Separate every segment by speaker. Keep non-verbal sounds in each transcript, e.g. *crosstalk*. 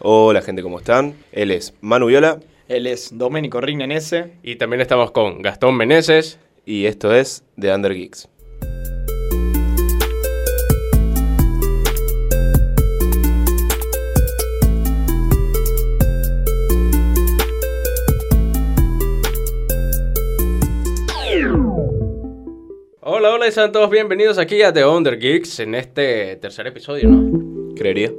Speaker 1: Hola gente, ¿cómo están? Él es Manu Viola
Speaker 2: Él es Doménico Rignanese.
Speaker 3: Y también estamos con Gastón Meneses.
Speaker 1: y esto es The Under Geeks.
Speaker 3: Hola, hola y sean todos bienvenidos aquí a The Under Geeks en este tercer episodio, ¿no?
Speaker 1: Creería.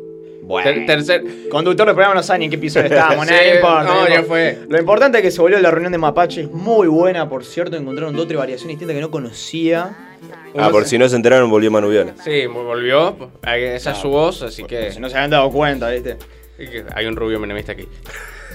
Speaker 3: Ter- tercer.
Speaker 2: Conductor del programa no sabe ni en qué episodio
Speaker 3: *laughs*
Speaker 2: estábamos,
Speaker 3: Sí,
Speaker 2: nada, no importa.
Speaker 3: no, ya
Speaker 2: importa.
Speaker 3: fue.
Speaker 2: Lo importante es que se volvió la reunión de mapaches, muy buena, por cierto. Encontraron dos o tres variaciones distintas que no conocía.
Speaker 1: Ah, por si no se enteraron, volvió Manu Viola.
Speaker 3: Sí, me volvió. Ahí- Esa es su voz, así
Speaker 2: Porque
Speaker 3: que.
Speaker 2: si no se habían dado cuenta, ¿viste?
Speaker 3: Hay un rubio menemista aquí.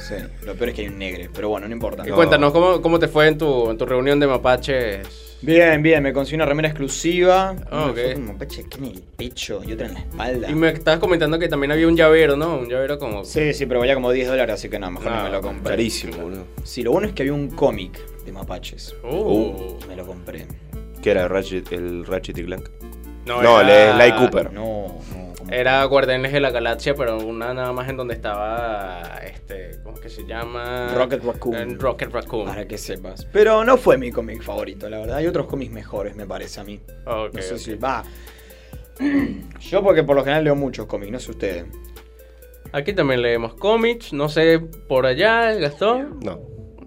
Speaker 2: Sí, lo peor es que hay un negre, pero bueno, no importa.
Speaker 3: Y Cuéntanos, ¿cómo, cómo te fue en tu, en tu reunión de mapaches?
Speaker 2: Bien, bien, me conseguí una remera exclusiva.
Speaker 3: Ah,
Speaker 2: Una
Speaker 3: ok.
Speaker 2: foto de un mapache aquí en el pecho y otra en la espalda.
Speaker 3: Y me estabas comentando que también había un llavero, ¿no? Un llavero como.
Speaker 2: Sí, sí, pero valía como 10 dólares, así que no, mejor no,
Speaker 3: No,
Speaker 2: me lo compré.
Speaker 1: Carísimo, boludo.
Speaker 2: Sí, lo bueno es que había un cómic de mapaches.
Speaker 3: Uh.
Speaker 2: Me lo compré.
Speaker 1: ¿Qué era Ratchet, el Ratchet y Clank?
Speaker 3: No,
Speaker 1: No,
Speaker 3: era-
Speaker 1: el Sly Cooper.
Speaker 2: No, no. como-
Speaker 3: Era Guardianes de la Galaxia, pero una nada más en donde estaba, este, ¿cómo es que se llama?
Speaker 2: Rocket Raccoon. Ah,
Speaker 3: Eh, Rocket Raccoon.
Speaker 2: Para que sepas. Pero no fue mi cómic favorito, la verdad. Hay otros cómics mejores, me parece a mí.
Speaker 3: Ok,
Speaker 2: no sé
Speaker 3: ok.
Speaker 2: si. Va. *clears throat* Yo, porque por lo general leo muchos cómics, no sé ustedes.
Speaker 3: Aquí también leemos cómics, no sé, por allá, Gastón.
Speaker 1: No.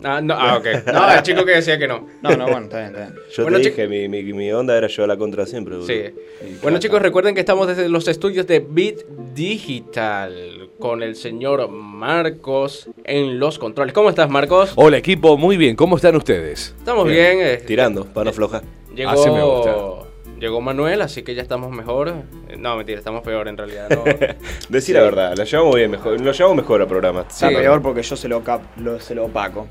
Speaker 3: Ah, no, ah, ok. No, el chico que decía que no.
Speaker 2: No, no, bueno, está bien, está bien.
Speaker 1: Yo
Speaker 3: Bueno,
Speaker 1: te
Speaker 3: chi-
Speaker 1: dije, mi, mi- mi onda era llevar la contra siempre, boludo.
Speaker 3: Sí.
Speaker 2: claro.
Speaker 3: *laughs* Bueno, chicos, recuerden que estamos desde los estudios de Bit Digital con el señor Marcos en los controles. ¿Cómo estás, Marcos?
Speaker 2: Oh,
Speaker 4: Hola equipo, muy bien, ¿cómo están ustedes?
Speaker 3: Estamos bien. eh,
Speaker 1: Tirando, para no aflojar.
Speaker 3: Llegó,
Speaker 4: Así Ah, me gusta.
Speaker 3: llegó Manuel, así que ya estamos mejor. Eh, No, mentira, estamos peor en realidad.
Speaker 4: *laughs*
Speaker 3: No.
Speaker 1: Decir la verdad, la llevamos bien mejor, lo llevamos mejor al programa.
Speaker 2: Está
Speaker 3: Sí.
Speaker 2: peor porque yo se lo, cap- lo- se lo opaco.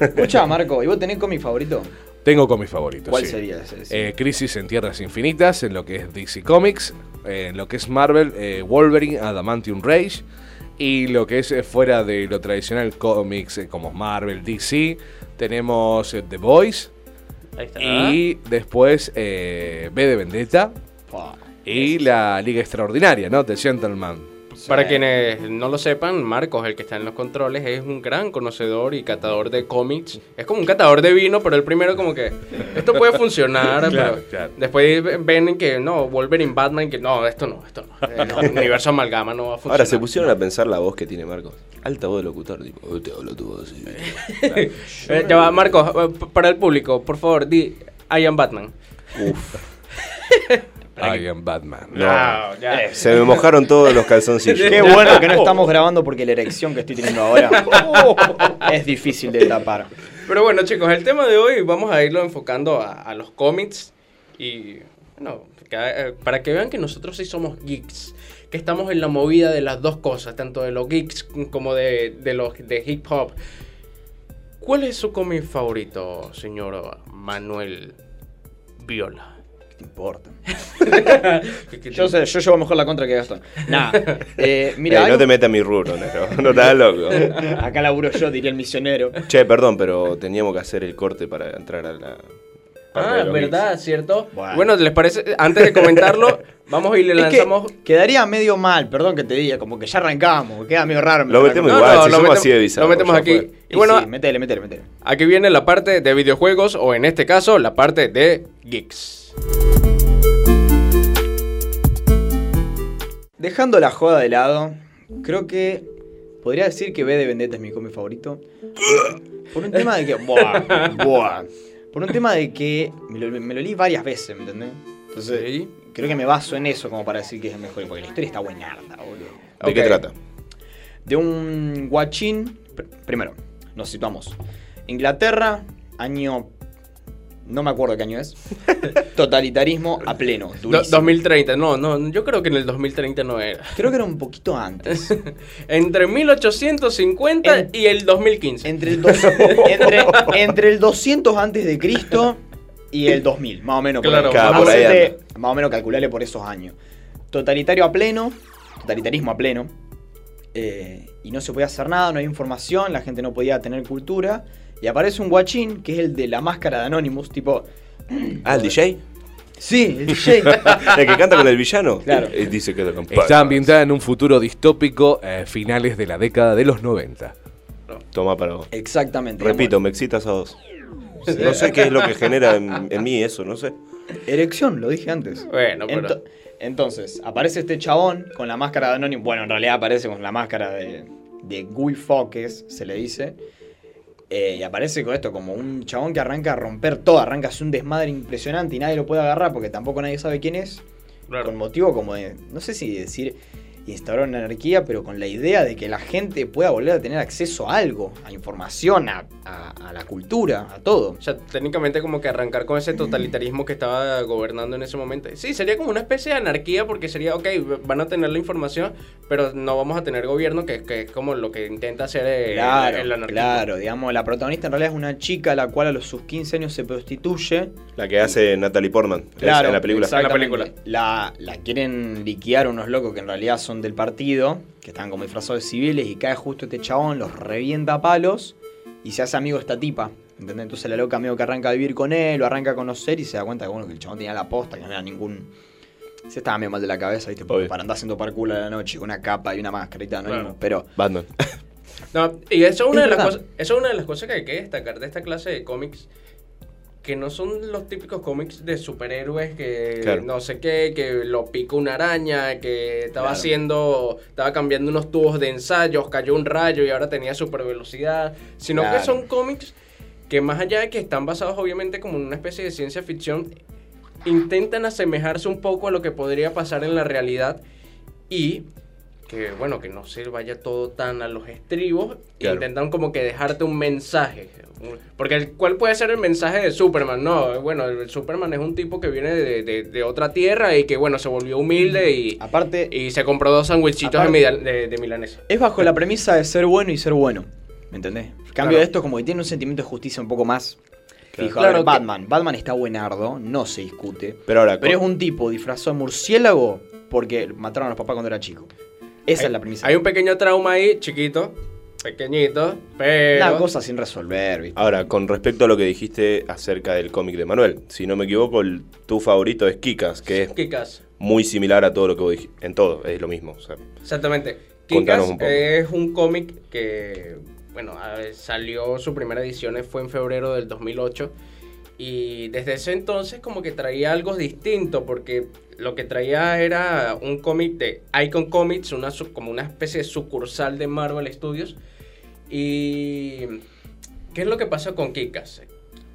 Speaker 2: Escucha, Marco, ¿y vos tenés cómic favorito?
Speaker 4: Tengo cómics favoritos.
Speaker 2: ¿Cuál
Speaker 4: sí.
Speaker 2: sería ese? Sí.
Speaker 4: Eh, Crisis en Tierras Infinitas, en lo que es DC Comics, eh, en lo que es Marvel, eh, Wolverine, Adamantium Rage, y lo que es eh, fuera de lo tradicional cómics eh, como Marvel, DC, tenemos eh, The Voice,
Speaker 3: Ahí está.
Speaker 4: y después eh, B de Vendetta,
Speaker 2: Pa.
Speaker 4: y la Liga Extraordinaria, ¿no? The Gentleman.
Speaker 3: Para
Speaker 2: Sí.
Speaker 3: quienes no lo sepan, Marcos, el que está en los controles, es un gran conocedor y catador de cómics. Es como un catador de vino, pero el primero como que esto puede funcionar,
Speaker 4: *laughs* Claro,
Speaker 3: pero
Speaker 4: claro.
Speaker 3: después ve- ven que no, Wolverine, Batman, que no, esto no, esto no.
Speaker 4: *laughs*
Speaker 3: Eh, no, universo amalgama no va a funcionar.
Speaker 1: Ahora, se pusieron a pensar la voz que tiene Marcos. Alta voz de locutor, tipo, "Oh, te hablo tu voz. sí".
Speaker 3: *laughs* Eh, ya va, Marcos, eh, p- para el público, por favor, di I am Batman.
Speaker 1: Uf,
Speaker 4: I am Batman.
Speaker 1: No.
Speaker 3: Ah, ya.
Speaker 1: se me mojaron todos los calzoncillos. Eh,
Speaker 2: Qué bueno que no estamos grabando porque la erección que estoy teniendo ahora es difícil de tapar.
Speaker 3: Pero bueno, chicos, el tema de hoy vamos a irlo enfocando a, a los cómics y, bueno, cada- eh, para que vean que nosotros sí somos geeks, que estamos en la movida de las dos cosas, tanto de los geeks como de, de los de hip hop. ¿Cuál es su cómic favorito, señor Manuel Viola?
Speaker 2: ¿Qué te
Speaker 3: *laughs*
Speaker 2: importa? Yo, sé, yo llevo mejor la contra que Gastón. Nah. eh, mira,
Speaker 1: Ey,
Speaker 2: hay
Speaker 1: no
Speaker 2: un-
Speaker 1: te metas en mi rubro, *laughs* no, no estás loco.
Speaker 2: *laughs* acá laburo yo, diría el misionero.
Speaker 1: Che, perdón, pero teníamos que hacer el corte para entrar a la. parte de
Speaker 3: Ah,
Speaker 1: los
Speaker 3: ¿verdad?
Speaker 1: geeks.
Speaker 3: ¿Cierto?
Speaker 2: Bueno.
Speaker 3: Bueno. ¿les parece? Antes de comentarlo, vamos y le
Speaker 2: Es que
Speaker 3: lanzamos...
Speaker 2: quedaría medio mal, perdón que te diga, como que ya arrancamos, queda medio raro.
Speaker 1: Lo metemos
Speaker 2: arrancamos.
Speaker 1: igual, si
Speaker 3: lo
Speaker 1: somos
Speaker 3: metem-
Speaker 1: así de bizarros,
Speaker 3: Lo metemos
Speaker 1: ya
Speaker 3: aquí.
Speaker 1: fue.
Speaker 3: Y bueno,
Speaker 2: sí, metele, metele, metele.
Speaker 3: Aquí viene la parte de videojuegos o en este caso la parte de geeks.
Speaker 2: Dejando la joda de lado, creo que podría decir que B de Vendetta es mi cómic favorito. Por un tema de que. *laughs* Buah, buah. Por un tema de que me lo, me lo leí varias veces, ¿me entendés? Entonces,
Speaker 3: Sí.
Speaker 2: creo que me baso en eso como para decir que es el mejor. Porque la historia está buenarda, boludo.
Speaker 1: ¿De
Speaker 3: Ok.
Speaker 1: qué trata?
Speaker 2: De un guachín. pr- Primero, nos situamos. Inglaterra, año. No me acuerdo qué año es. Totalitarismo a pleno.
Speaker 3: Do-
Speaker 2: durísimo.
Speaker 3: 2030, no, no, yo creo que en el 2030 no era.
Speaker 2: Creo que era un poquito antes.
Speaker 3: Entre 1850
Speaker 2: En-
Speaker 3: y el 2015.
Speaker 2: Entre
Speaker 1: *laughs*
Speaker 2: el, dos- entre, entre el 200 antes de Cristo y el 2000, más o menos.
Speaker 3: Claro,
Speaker 2: ahí.
Speaker 1: Claro, por ahí
Speaker 2: Hacete- más o menos calcularle por esos años. Totalitario a pleno, totalitarismo a pleno. eh, y no se podía hacer nada, no había información, la gente no podía tener cultura. Y aparece un guachín, que es el de la máscara de Anonymous, tipo...
Speaker 1: Ah, el DJ.
Speaker 2: Sí, el DJ.
Speaker 1: *laughs* El que canta con el villano.
Speaker 2: Claro.
Speaker 1: eh, dice que lo acompaña.
Speaker 4: Está ambientada en un futuro distópico, eh, finales de la década de los 90.
Speaker 1: Toma para vos.
Speaker 2: Exactamente.
Speaker 1: Repito, me excitas a dos. No sé qué es lo que genera en, en mí eso, no sé.
Speaker 2: Erección, lo dije antes.
Speaker 3: Bueno, pero-
Speaker 2: Ento- entonces, aparece este chabón con la máscara de Anonymous. Bueno, en realidad aparece con la máscara de, de Guy Fawkes, se le dice. Eh, y aparece con esto, como un chabón que arranca a romper todo, arranca hace un desmadre impresionante y nadie lo puede agarrar porque tampoco nadie sabe quién es.
Speaker 3: Claro.
Speaker 2: Con motivo como de, no sé si decir instaurar una anarquía, pero con la idea de que la gente pueda volver a tener acceso a algo, a información, a, a- a la cultura, a todo.
Speaker 3: O sea, técnicamente como que arrancar con ese totalitarismo que estaba gobernando en ese momento. Sí, sería como una especie de anarquía porque sería, ok, van a tener la información, pero no vamos a tener gobierno, que, que es como lo que intenta hacer el,
Speaker 2: Claro,
Speaker 3: el anarquismo.
Speaker 2: claro, digamos, la protagonista en realidad es una chica la cual a los sus 15 años se prostituye.
Speaker 1: La que hace Natalie Portman es-
Speaker 2: Claro,
Speaker 1: en la película.
Speaker 2: exactamente.
Speaker 3: En la película.
Speaker 2: La, la quieren liquear unos locos que en realidad son del partido, que están como disfrazados de civiles y cae justo este chabón, los revienta a palos y se hace amigo de esta tipa. ¿Entendés? Entonces la loca medio que arranca a vivir con él, lo arranca a conocer y se da cuenta que bueno, que el chabón tenía la posta, que no era ningún... Se estaba medio mal de la cabeza, viste, Porque
Speaker 1: Obvio.
Speaker 2: para andar haciendo parkour a la noche, con una capa y una mascarita no
Speaker 3: Claro.
Speaker 2: pero...
Speaker 1: Batman.
Speaker 3: No, y eso es,
Speaker 2: Es
Speaker 3: una de las
Speaker 2: verdad.
Speaker 3: cosas, eso es una de las cosas que hay que destacar de esta clase de cómics. Que no son los típicos cómics de superhéroes que
Speaker 1: Claro.
Speaker 3: no sé qué, que lo pica una araña, que estaba
Speaker 2: Claro.
Speaker 3: haciendo, estaba cambiando unos tubos de ensayos, cayó un rayo y ahora tenía super velocidad. Sino
Speaker 2: Claro.
Speaker 3: que son cómics que más allá de que están basados obviamente como en una especie de ciencia ficción, intentan asemejarse un poco a lo que podría pasar en la realidad y que bueno, que no se vaya todo tan a los estribos,
Speaker 1: Claro.
Speaker 3: intentan como que dejarte un mensaje. Porque el- ¿cuál puede ser el mensaje de Superman? No, bueno, el Superman es un tipo que viene de, de- de otra tierra y que bueno, se volvió humilde y,
Speaker 2: Aparte,
Speaker 3: y se compró dos sandwichitos de,
Speaker 2: Aparte-
Speaker 3: mila- de- de milanesa.
Speaker 2: Es bajo la premisa de ser bueno y ser bueno. ¿Me entendés? En cambio
Speaker 3: Claro.
Speaker 2: de esto, como que tiene un sentimiento de justicia un poco más. Fijo, a
Speaker 3: Claro,
Speaker 2: ver,
Speaker 3: que-
Speaker 2: Batman. Batman está buenardo, no se discute.
Speaker 1: Pero ahora,
Speaker 2: Pero es
Speaker 1: con-
Speaker 2: un tipo disfrazado de murciélago porque mataron a los papás cuando era chico. Esa
Speaker 3: Hay-
Speaker 2: es la premisa.
Speaker 3: Hay un pequeño trauma ahí, chiquito, pequeñito, pero...
Speaker 2: Una cosa sin resolver, ¿viste?
Speaker 1: ahora, con respecto a lo que dijiste acerca del cómic de Manuel, si no me equivoco, el- tu favorito es Kikas, que es
Speaker 3: ¿Qué caso?
Speaker 1: muy similar a todo lo que vos dijiste. En todo, es lo mismo. o sea,
Speaker 3: Exactamente.
Speaker 1: Contanos
Speaker 3: Kikas
Speaker 1: un poco.
Speaker 3: es un cómic que, bueno, a ver, salió su primera edición eh, fue en febrero del 2008 y desde ese entonces como que traía algo distinto porque lo que traía era un cómic de Icon Comics, una su- como una especie de sucursal de Marvel Studios y ¿qué es lo que pasa con Kikas?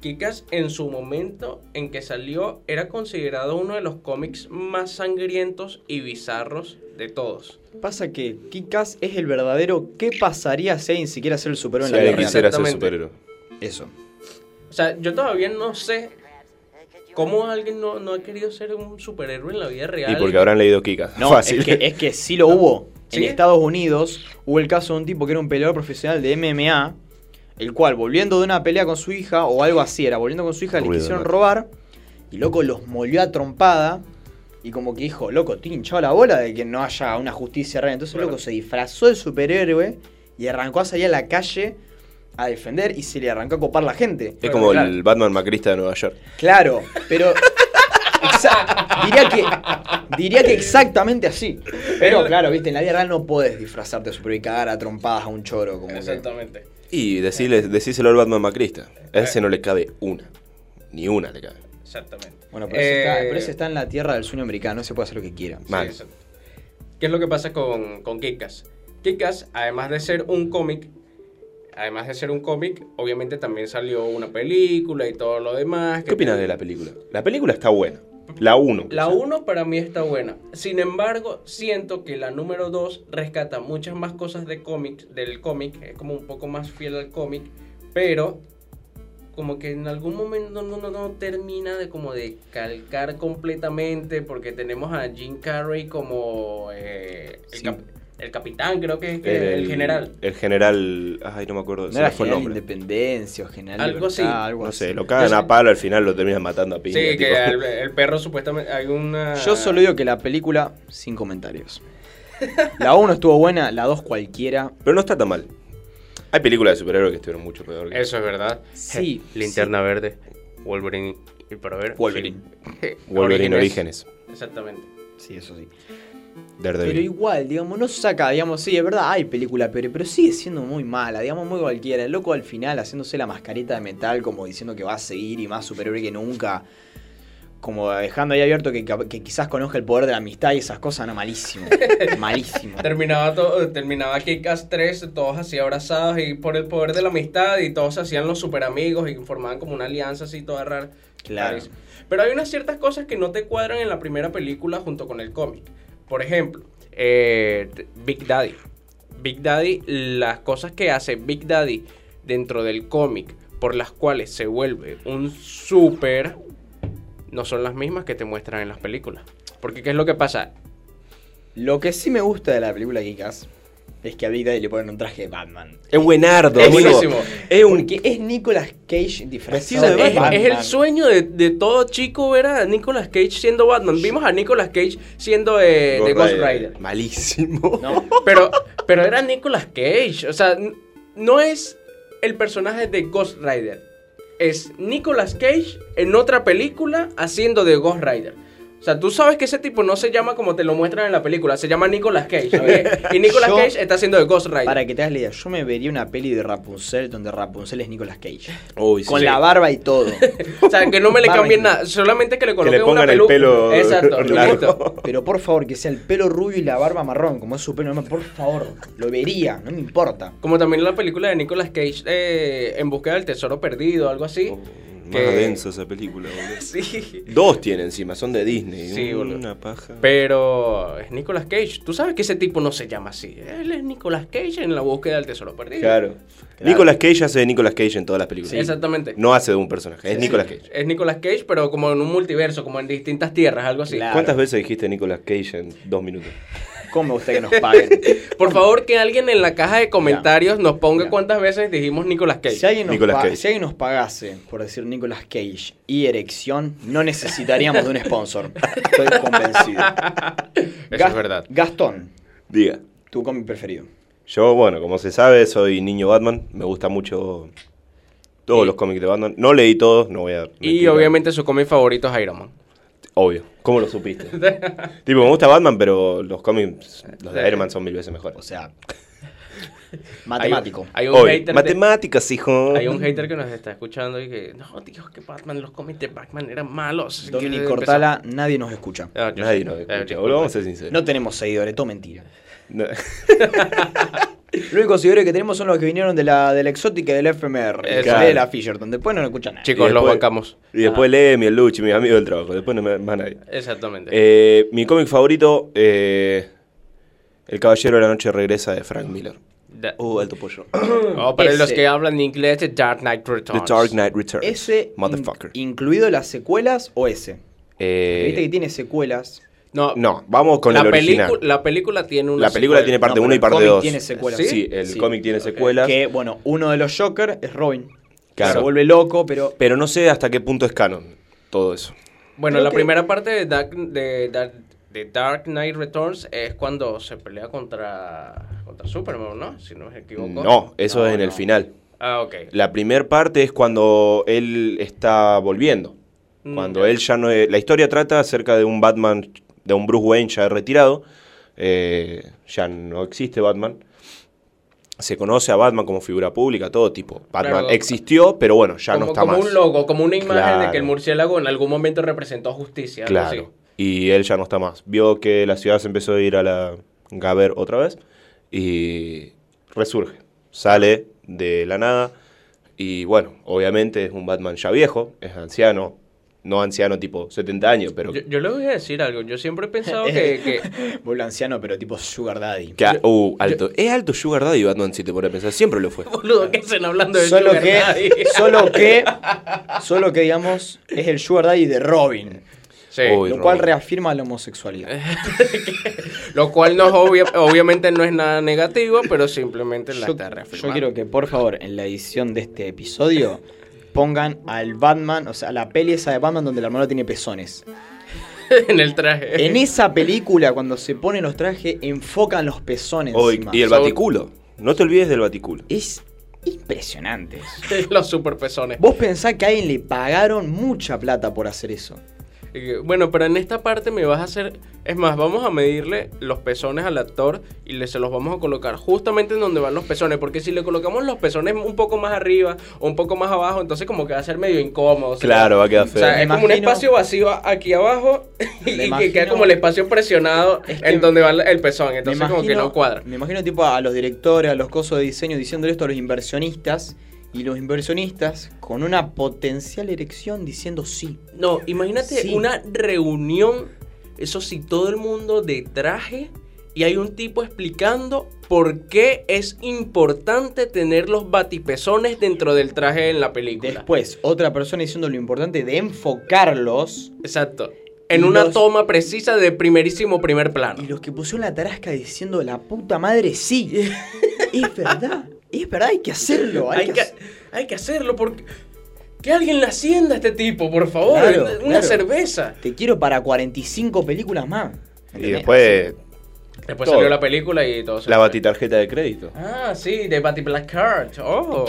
Speaker 3: Kikas en su momento en que salió era considerado uno de los cómics más sangrientos y bizarros de todos.
Speaker 2: Pasa que Kikas es el verdadero ¿qué pasaría si alguien siquiera ser el superhéroe
Speaker 1: si
Speaker 2: en la
Speaker 1: alguien
Speaker 2: vida
Speaker 1: quisiera ser
Speaker 3: exactamente.
Speaker 1: superhéroe.
Speaker 2: real? Eso.
Speaker 3: O sea, yo todavía no sé cómo alguien no, no ha querido ser un superhéroe en la vida real.
Speaker 1: Y porque habrán leído Kikas. *laughs*
Speaker 2: No,
Speaker 1: Fácil.
Speaker 2: Es, que, es que sí lo hubo. En
Speaker 3: ¿Sí?
Speaker 2: Estados Unidos hubo el caso de un tipo que era un peleador profesional de MMA, el cual volviendo de una pelea con su hija o algo así, era volviendo con su hija, le
Speaker 1: Ruido,
Speaker 2: quisieron
Speaker 1: ¿no?
Speaker 2: robar y loco los molió a trompada y como que dijo, loco, estoy hinchado la bola de que no haya una justicia real. Entonces
Speaker 3: Claro.
Speaker 2: loco se disfrazó de superhéroe y arrancó a salir a la calle a defender y se le arrancó a copar la gente.
Speaker 1: Es como
Speaker 3: Claro.
Speaker 1: el Batman macrista de Nueva York.
Speaker 2: Claro, pero. exa- diría, que, diría que exactamente así. Pero claro, viste, en la vida real no podés disfrazarte de superhéroe y cagar a trompadas a un choro. Como que-
Speaker 3: Exactamente.
Speaker 1: Y decirle, decíselo al Batman macrista. A ese no le cabe una. Ni una le cabe.
Speaker 3: Exactamente.
Speaker 2: Bueno, pero, ese está,
Speaker 3: Eh,
Speaker 2: pero ese está en la tierra del sueño americano, se puede hacer lo que quiera.
Speaker 3: sí,
Speaker 1: Mal.
Speaker 3: exacto. ¿Qué es lo que pasa con, con Kikas? Kikas, además de ser un cómic, además de ser un cómic, obviamente también salió una película y todo lo demás.
Speaker 1: ¿Qué opinas de la película? La película está buena. La 1.
Speaker 3: Eh. La 1 para mí está buena. Sin embargo, siento que la número 2 rescata muchas más cosas de cómic, del cómic. Es como un poco más fiel al cómic. Pero como que en algún momento no, no, no termina de como de calcar completamente. Porque tenemos a Jim Carrey como eh, el,
Speaker 2: Sí.
Speaker 3: cap- el capitán, creo que es que- el, general.
Speaker 1: El general. Ay, no me acuerdo.
Speaker 2: No
Speaker 1: Se me
Speaker 2: era
Speaker 1: fue el
Speaker 2: general
Speaker 1: nombre.
Speaker 2: independencia o general
Speaker 3: Algo
Speaker 2: libertad,
Speaker 3: así.
Speaker 2: algo
Speaker 1: No sé,
Speaker 2: así.
Speaker 1: lo cagan
Speaker 3: Yo
Speaker 1: a
Speaker 3: sé-
Speaker 1: palo, al final lo terminan matando a piña.
Speaker 3: Sí,
Speaker 1: tipo.
Speaker 3: que el, el perro supuestamente hay una...
Speaker 2: Yo solo digo que la película, sin comentarios. La 1 estuvo buena, la 2 cualquiera.
Speaker 1: *laughs* Pero no está tan mal. Hay películas de superhéroes que estuvieron mucho peor. que-
Speaker 3: *laughs* Eso es verdad.
Speaker 2: Sí,
Speaker 3: Linterna verde, Wolverine Y para ver.
Speaker 2: Wolverine.
Speaker 3: sí.
Speaker 1: Wolverine Orígenes.
Speaker 3: Exactamente.
Speaker 2: Sí, eso sí.
Speaker 1: Daredevil.
Speaker 2: Pero igual, digamos, no saca, digamos, sí, es verdad, hay película pero pero sigue siendo muy mala, digamos, muy cualquiera. El loco al final haciéndose la mascarita de metal, como diciendo que va a seguir y más superhéroe que nunca. Como dejando ahí abierto que, que quizás conozca el poder de la amistad y esas cosas, no, *laughs* malísimo. malísimo.
Speaker 3: Terminaba, todo, terminaba Kick-Ass 3, todos así abrazados y por el poder de la amistad y todos se hacían los super amigos y formaban como una alianza así toda rara.
Speaker 2: Claro.
Speaker 3: Pero hay unas ciertas cosas que no te cuadran en la primera película junto con el cómic. Por ejemplo, eh, Big Daddy. Big Daddy, las cosas que hace Big Daddy dentro del cómic por las cuales se vuelve un super no son las mismas que te muestran en las películas. Porque ¿qué es lo que pasa?
Speaker 2: Lo que sí me gusta de la película Kikas es que a Big Daddy le ponen un traje de Batman.
Speaker 1: Es buenardo,
Speaker 3: Es
Speaker 1: amigo.
Speaker 3: buenísimo.
Speaker 1: Es un
Speaker 2: Porque es Nicolas Cage
Speaker 1: Vestido
Speaker 2: disfrazado
Speaker 1: de
Speaker 2: de
Speaker 3: es,
Speaker 2: Batman.
Speaker 3: es el sueño de, de todo chico ver a Nicolas Cage siendo Batman. Vimos a Nicolas Cage siendo eh, de Ghost Rider.
Speaker 1: Malísimo.
Speaker 2: No,
Speaker 3: Pero, pero era Nicolas Cage. O sea, n- no es el personaje de Ghost Rider. Es Nicolas Cage en otra película haciendo de Ghost Rider. O sea, tú sabes que ese tipo no se llama como te lo muestran en la película, se llama Nicolas Cage. ¿eh? Y Nicolas
Speaker 2: Yo-
Speaker 3: Cage está haciendo de Ghost Rider.
Speaker 2: Para que te hagas la idea, yo me vería una peli de Rapunzel donde Rapunzel es Nicolas Cage.
Speaker 1: Uy, sí.
Speaker 2: Con la barba y todo.
Speaker 3: O sea, que no me le
Speaker 2: Barney.
Speaker 3: cambien nada, solamente que le coloquen una
Speaker 1: pongan el
Speaker 3: pelu-
Speaker 1: pelo
Speaker 3: Exacto,
Speaker 1: largo.
Speaker 3: listo.
Speaker 2: Pero por favor, que sea el pelo rubio y la barba marrón, como es su pelo. no, Por favor, lo vería, no me importa.
Speaker 3: Como también la película de Nicolas Cage eh, en búsqueda del tesoro perdido, algo así.
Speaker 2: Oh.
Speaker 1: Más
Speaker 3: Que-
Speaker 1: denso esa película, boludo.
Speaker 3: Sí.
Speaker 1: Dos tiene encima, son de Disney.
Speaker 3: Sí, boludo.
Speaker 1: Una paja.
Speaker 3: Pero es Nicolas Cage. Tú sabes que ese tipo no se llama así. Él es Nicolas Cage en la búsqueda del tesoro perdido.
Speaker 1: Claro. Nicolas Cage hace de Nicolas Cage en todas las películas.
Speaker 3: Exactamente.
Speaker 1: No hace de un personaje, es
Speaker 3: Sí,
Speaker 1: Nicolas
Speaker 3: sí.
Speaker 1: Cage.
Speaker 3: Es Nicolas Cage, pero como en un multiverso, como en distintas tierras, algo así.
Speaker 2: Claro.
Speaker 1: ¿Cuántas veces dijiste Nicolas Cage en dos minutos?
Speaker 2: ¿Cómo me gusta que nos paguen? *laughs*
Speaker 3: Por favor, que alguien en la caja de comentarios nos ponga
Speaker 2: Ya.
Speaker 3: cuántas veces dijimos Nicolas Cage.
Speaker 2: Si alguien, nos
Speaker 1: Nicolas
Speaker 2: pa-
Speaker 1: Cage.
Speaker 2: si alguien nos pagase por decir Nicolas Cage y erección, no necesitaríamos de un sponsor. Estoy convencido.
Speaker 3: Eso
Speaker 2: Gas-
Speaker 3: es verdad.
Speaker 2: Gastón,
Speaker 1: Diga.
Speaker 2: tu cómic preferido.
Speaker 1: Yo, bueno, como se sabe, soy niño Batman. Me gusta mucho todos
Speaker 3: Y-
Speaker 1: los cómics de Batman. No leí todos, no voy a.
Speaker 3: Y
Speaker 1: mentir,
Speaker 3: obviamente su cómic favorito es Iron Man.
Speaker 1: Obvio. ¿Cómo lo
Speaker 3: *laughs*
Speaker 1: supiste? tipo, me gusta Batman, pero los cómics, los de
Speaker 3: Sí.
Speaker 1: Iron Man son mil veces
Speaker 2: O
Speaker 1: mejores.
Speaker 2: sea, matemático.
Speaker 3: Hay, hay un
Speaker 1: Obvio.
Speaker 3: hater de-
Speaker 1: Matemáticas, hijo.
Speaker 3: hay un hater que nos está escuchando y que, no, Dios, que Batman, los cómics de Batman eran malos.
Speaker 2: Donny
Speaker 3: Que-
Speaker 2: Cortala, nadie nos escucha.
Speaker 3: Ah, yo
Speaker 1: Nadie
Speaker 3: sé.
Speaker 1: nos
Speaker 3: Eh,
Speaker 1: escucha,
Speaker 3: disculpa.
Speaker 1: boludo. Vamos a ser sinceros.
Speaker 2: No tenemos seguidores, todo mentira.
Speaker 1: No.
Speaker 2: Lo único seguidores que tenemos son los que vinieron de la, de la exótica y del FMR, y
Speaker 3: Exacto.
Speaker 2: de la Fisherton. Después no nos escuchan nada.
Speaker 3: Chicos,
Speaker 1: Y
Speaker 3: los
Speaker 1: después-
Speaker 3: bancamos.
Speaker 1: Y después Lemmy, el Luchi, mi amigo del trabajo. Después no me más nadie.
Speaker 3: Exactamente.
Speaker 1: Eh, mi cómic favorito, eh, El Caballero de la Noche Regresa de Frank Miller.
Speaker 3: Da-
Speaker 1: Uh, alto pollo.
Speaker 3: Oh, para
Speaker 2: ese.
Speaker 3: oh, los que hablan inglés, The Dark Knight
Speaker 1: The
Speaker 3: Returns.
Speaker 1: Dark Knight Returns.
Speaker 2: ¿Ese
Speaker 1: Motherfucker.
Speaker 2: in- incluido las secuelas o ese?
Speaker 1: Eh,
Speaker 2: Viste que tiene secuelas.
Speaker 3: No,
Speaker 1: No, vamos con
Speaker 3: la,
Speaker 1: el original.
Speaker 3: pelicu- la película tiene una
Speaker 1: La película tiene
Speaker 3: secuela.
Speaker 1: parte
Speaker 2: No,
Speaker 1: 1
Speaker 2: pero
Speaker 1: y
Speaker 2: el
Speaker 1: parte
Speaker 2: cómic
Speaker 1: 2.
Speaker 2: tiene secuelas.
Speaker 1: Sí,
Speaker 3: ¿Sí?
Speaker 1: el
Speaker 2: Sí.
Speaker 1: cómic tiene
Speaker 3: Ok.
Speaker 1: secuelas.
Speaker 2: Que, bueno, uno de los Joker es Robin.
Speaker 1: Claro.
Speaker 2: Se vuelve loco, pero... *sniffs*
Speaker 1: Pero no sé hasta qué punto es canon todo eso.
Speaker 3: Bueno,
Speaker 2: Creo
Speaker 3: la
Speaker 2: que-
Speaker 3: primera parte de Dark, de, Dark- de Dark Knight Returns es cuando se pelea contra, contra Superman, ¿no? Si no me equivoco.
Speaker 1: No, eso
Speaker 2: No,
Speaker 1: es en el
Speaker 2: no.
Speaker 1: final.
Speaker 3: Ah, ok.
Speaker 1: La primera parte es cuando él está volviendo.
Speaker 3: Mm,
Speaker 1: Cuando
Speaker 3: ya.
Speaker 1: él ya no es- La historia trata acerca de un Batman, de un Bruce Wayne ya retirado. eh, ya no existe Batman. Se conoce a Batman como figura pública, todo tipo. Batman
Speaker 3: Claro.
Speaker 1: existió, pero bueno, ya
Speaker 3: como,
Speaker 1: no está
Speaker 3: como
Speaker 1: más.
Speaker 3: un logo, como una imagen de
Speaker 1: Claro.
Speaker 3: que el murciélago en algún momento representó justicia. algo así.
Speaker 1: Claro. Y él ya no está más. Vio que la ciudad se empezó a ir a la Gaber otra vez y resurge. Sale de la nada y bueno, obviamente es un Batman ya viejo, es anciano. No anciano tipo 70 años, pero...
Speaker 3: Yo, yo le voy a decir algo. Yo siempre he
Speaker 2: Eh.
Speaker 3: pensado
Speaker 1: *laughs*
Speaker 3: que, que
Speaker 2: Vuelve anciano, pero tipo Sugar Daddy.
Speaker 1: que- uh, alto. es alto Sugar Daddy Batman si te pones a pensar. Siempre lo fue.
Speaker 3: Boludo, ¿qué hacen hablando de
Speaker 2: Solo
Speaker 3: Sugar
Speaker 2: que,
Speaker 3: Daddy?
Speaker 2: *laughs* solo que, solo que, digamos, es el Sugar Daddy de Robin.
Speaker 3: *laughs* Sí.
Speaker 1: Uy. Soy
Speaker 2: lo cual
Speaker 1: Robin.
Speaker 2: reafirma la homosexualidad.
Speaker 3: Lo cual no es obvia- obviamente no es nada negativo, pero simplemente la
Speaker 2: Yo,
Speaker 3: está
Speaker 2: yo
Speaker 3: reafirmando.
Speaker 2: quiero que, por favor, en la edición de este episodio pongan al Batman, o sea, la peli esa de Batman donde la hermana tiene pezones.
Speaker 3: *laughs* en el traje.
Speaker 2: En esa película, cuando se ponen los trajes, enfocan los pezones.
Speaker 1: Hoy-
Speaker 2: encima.
Speaker 1: y el
Speaker 3: Son-
Speaker 1: baticulo. No te olvides del baticulo.
Speaker 2: Es impresionantes.
Speaker 3: Los superpezones.
Speaker 2: Vos pensás que a alguien le pagaron mucha plata por hacer eso.
Speaker 3: Eh, Bueno, pero en esta parte me vas a hacer. Es más, vamos a medirle los pezones al actor y le, se los vamos a colocar justamente en donde van los pezones. Porque si le colocamos los pezones un poco más arriba o un poco más abajo, entonces como que va a ser medio incómodo. o sea,
Speaker 1: Claro, va a quedar
Speaker 3: O
Speaker 1: feo.
Speaker 3: sea, es
Speaker 2: Me
Speaker 3: como un
Speaker 2: imagino-
Speaker 3: espacio vacío a- aquí abajo *laughs* y,
Speaker 2: Me
Speaker 3: que queda
Speaker 2: imagino-
Speaker 3: como el espacio presionado
Speaker 2: Es que-
Speaker 3: en donde va el pezón.
Speaker 2: Me
Speaker 3: Entonces como que
Speaker 2: imagino-
Speaker 3: no cuadra.
Speaker 2: Me imagino tipo a los directores, a los cosos de diseño diciéndole esto a los inversionistas y los inversionistas con una potencial erección diciendo sí.
Speaker 3: No, imagínate
Speaker 2: Sí.
Speaker 3: una reunión, eso sí, todo el mundo de traje y hay un tipo explicando por qué es importante tener los batipezones dentro del traje en la película.
Speaker 2: Después, otra persona diciendo lo importante de enfocarlos
Speaker 3: Exacto. En
Speaker 2: Y
Speaker 3: una
Speaker 2: los-
Speaker 3: toma precisa de primerísimo primer plano.
Speaker 2: y los que pusieron la tarasca diciendo la puta madre *laughs* sí. es verdad, es verdad, hay que hacerlo. Hay,
Speaker 3: hay, que,
Speaker 2: hac-
Speaker 3: hay que hacerlo porque... Que alguien le hacienda a este tipo, por favor.
Speaker 2: Claro,
Speaker 3: una
Speaker 2: claro.
Speaker 3: cerveza.
Speaker 2: Te quiero para 45 películas más.
Speaker 1: y eh,
Speaker 2: ¿entendés?
Speaker 1: después
Speaker 3: Después
Speaker 1: Todo.
Speaker 3: salió la película y todo. se
Speaker 1: la
Speaker 3: fue.
Speaker 1: batitarjeta de crédito.
Speaker 3: Ah, sí, de Batty Black Card. Oh.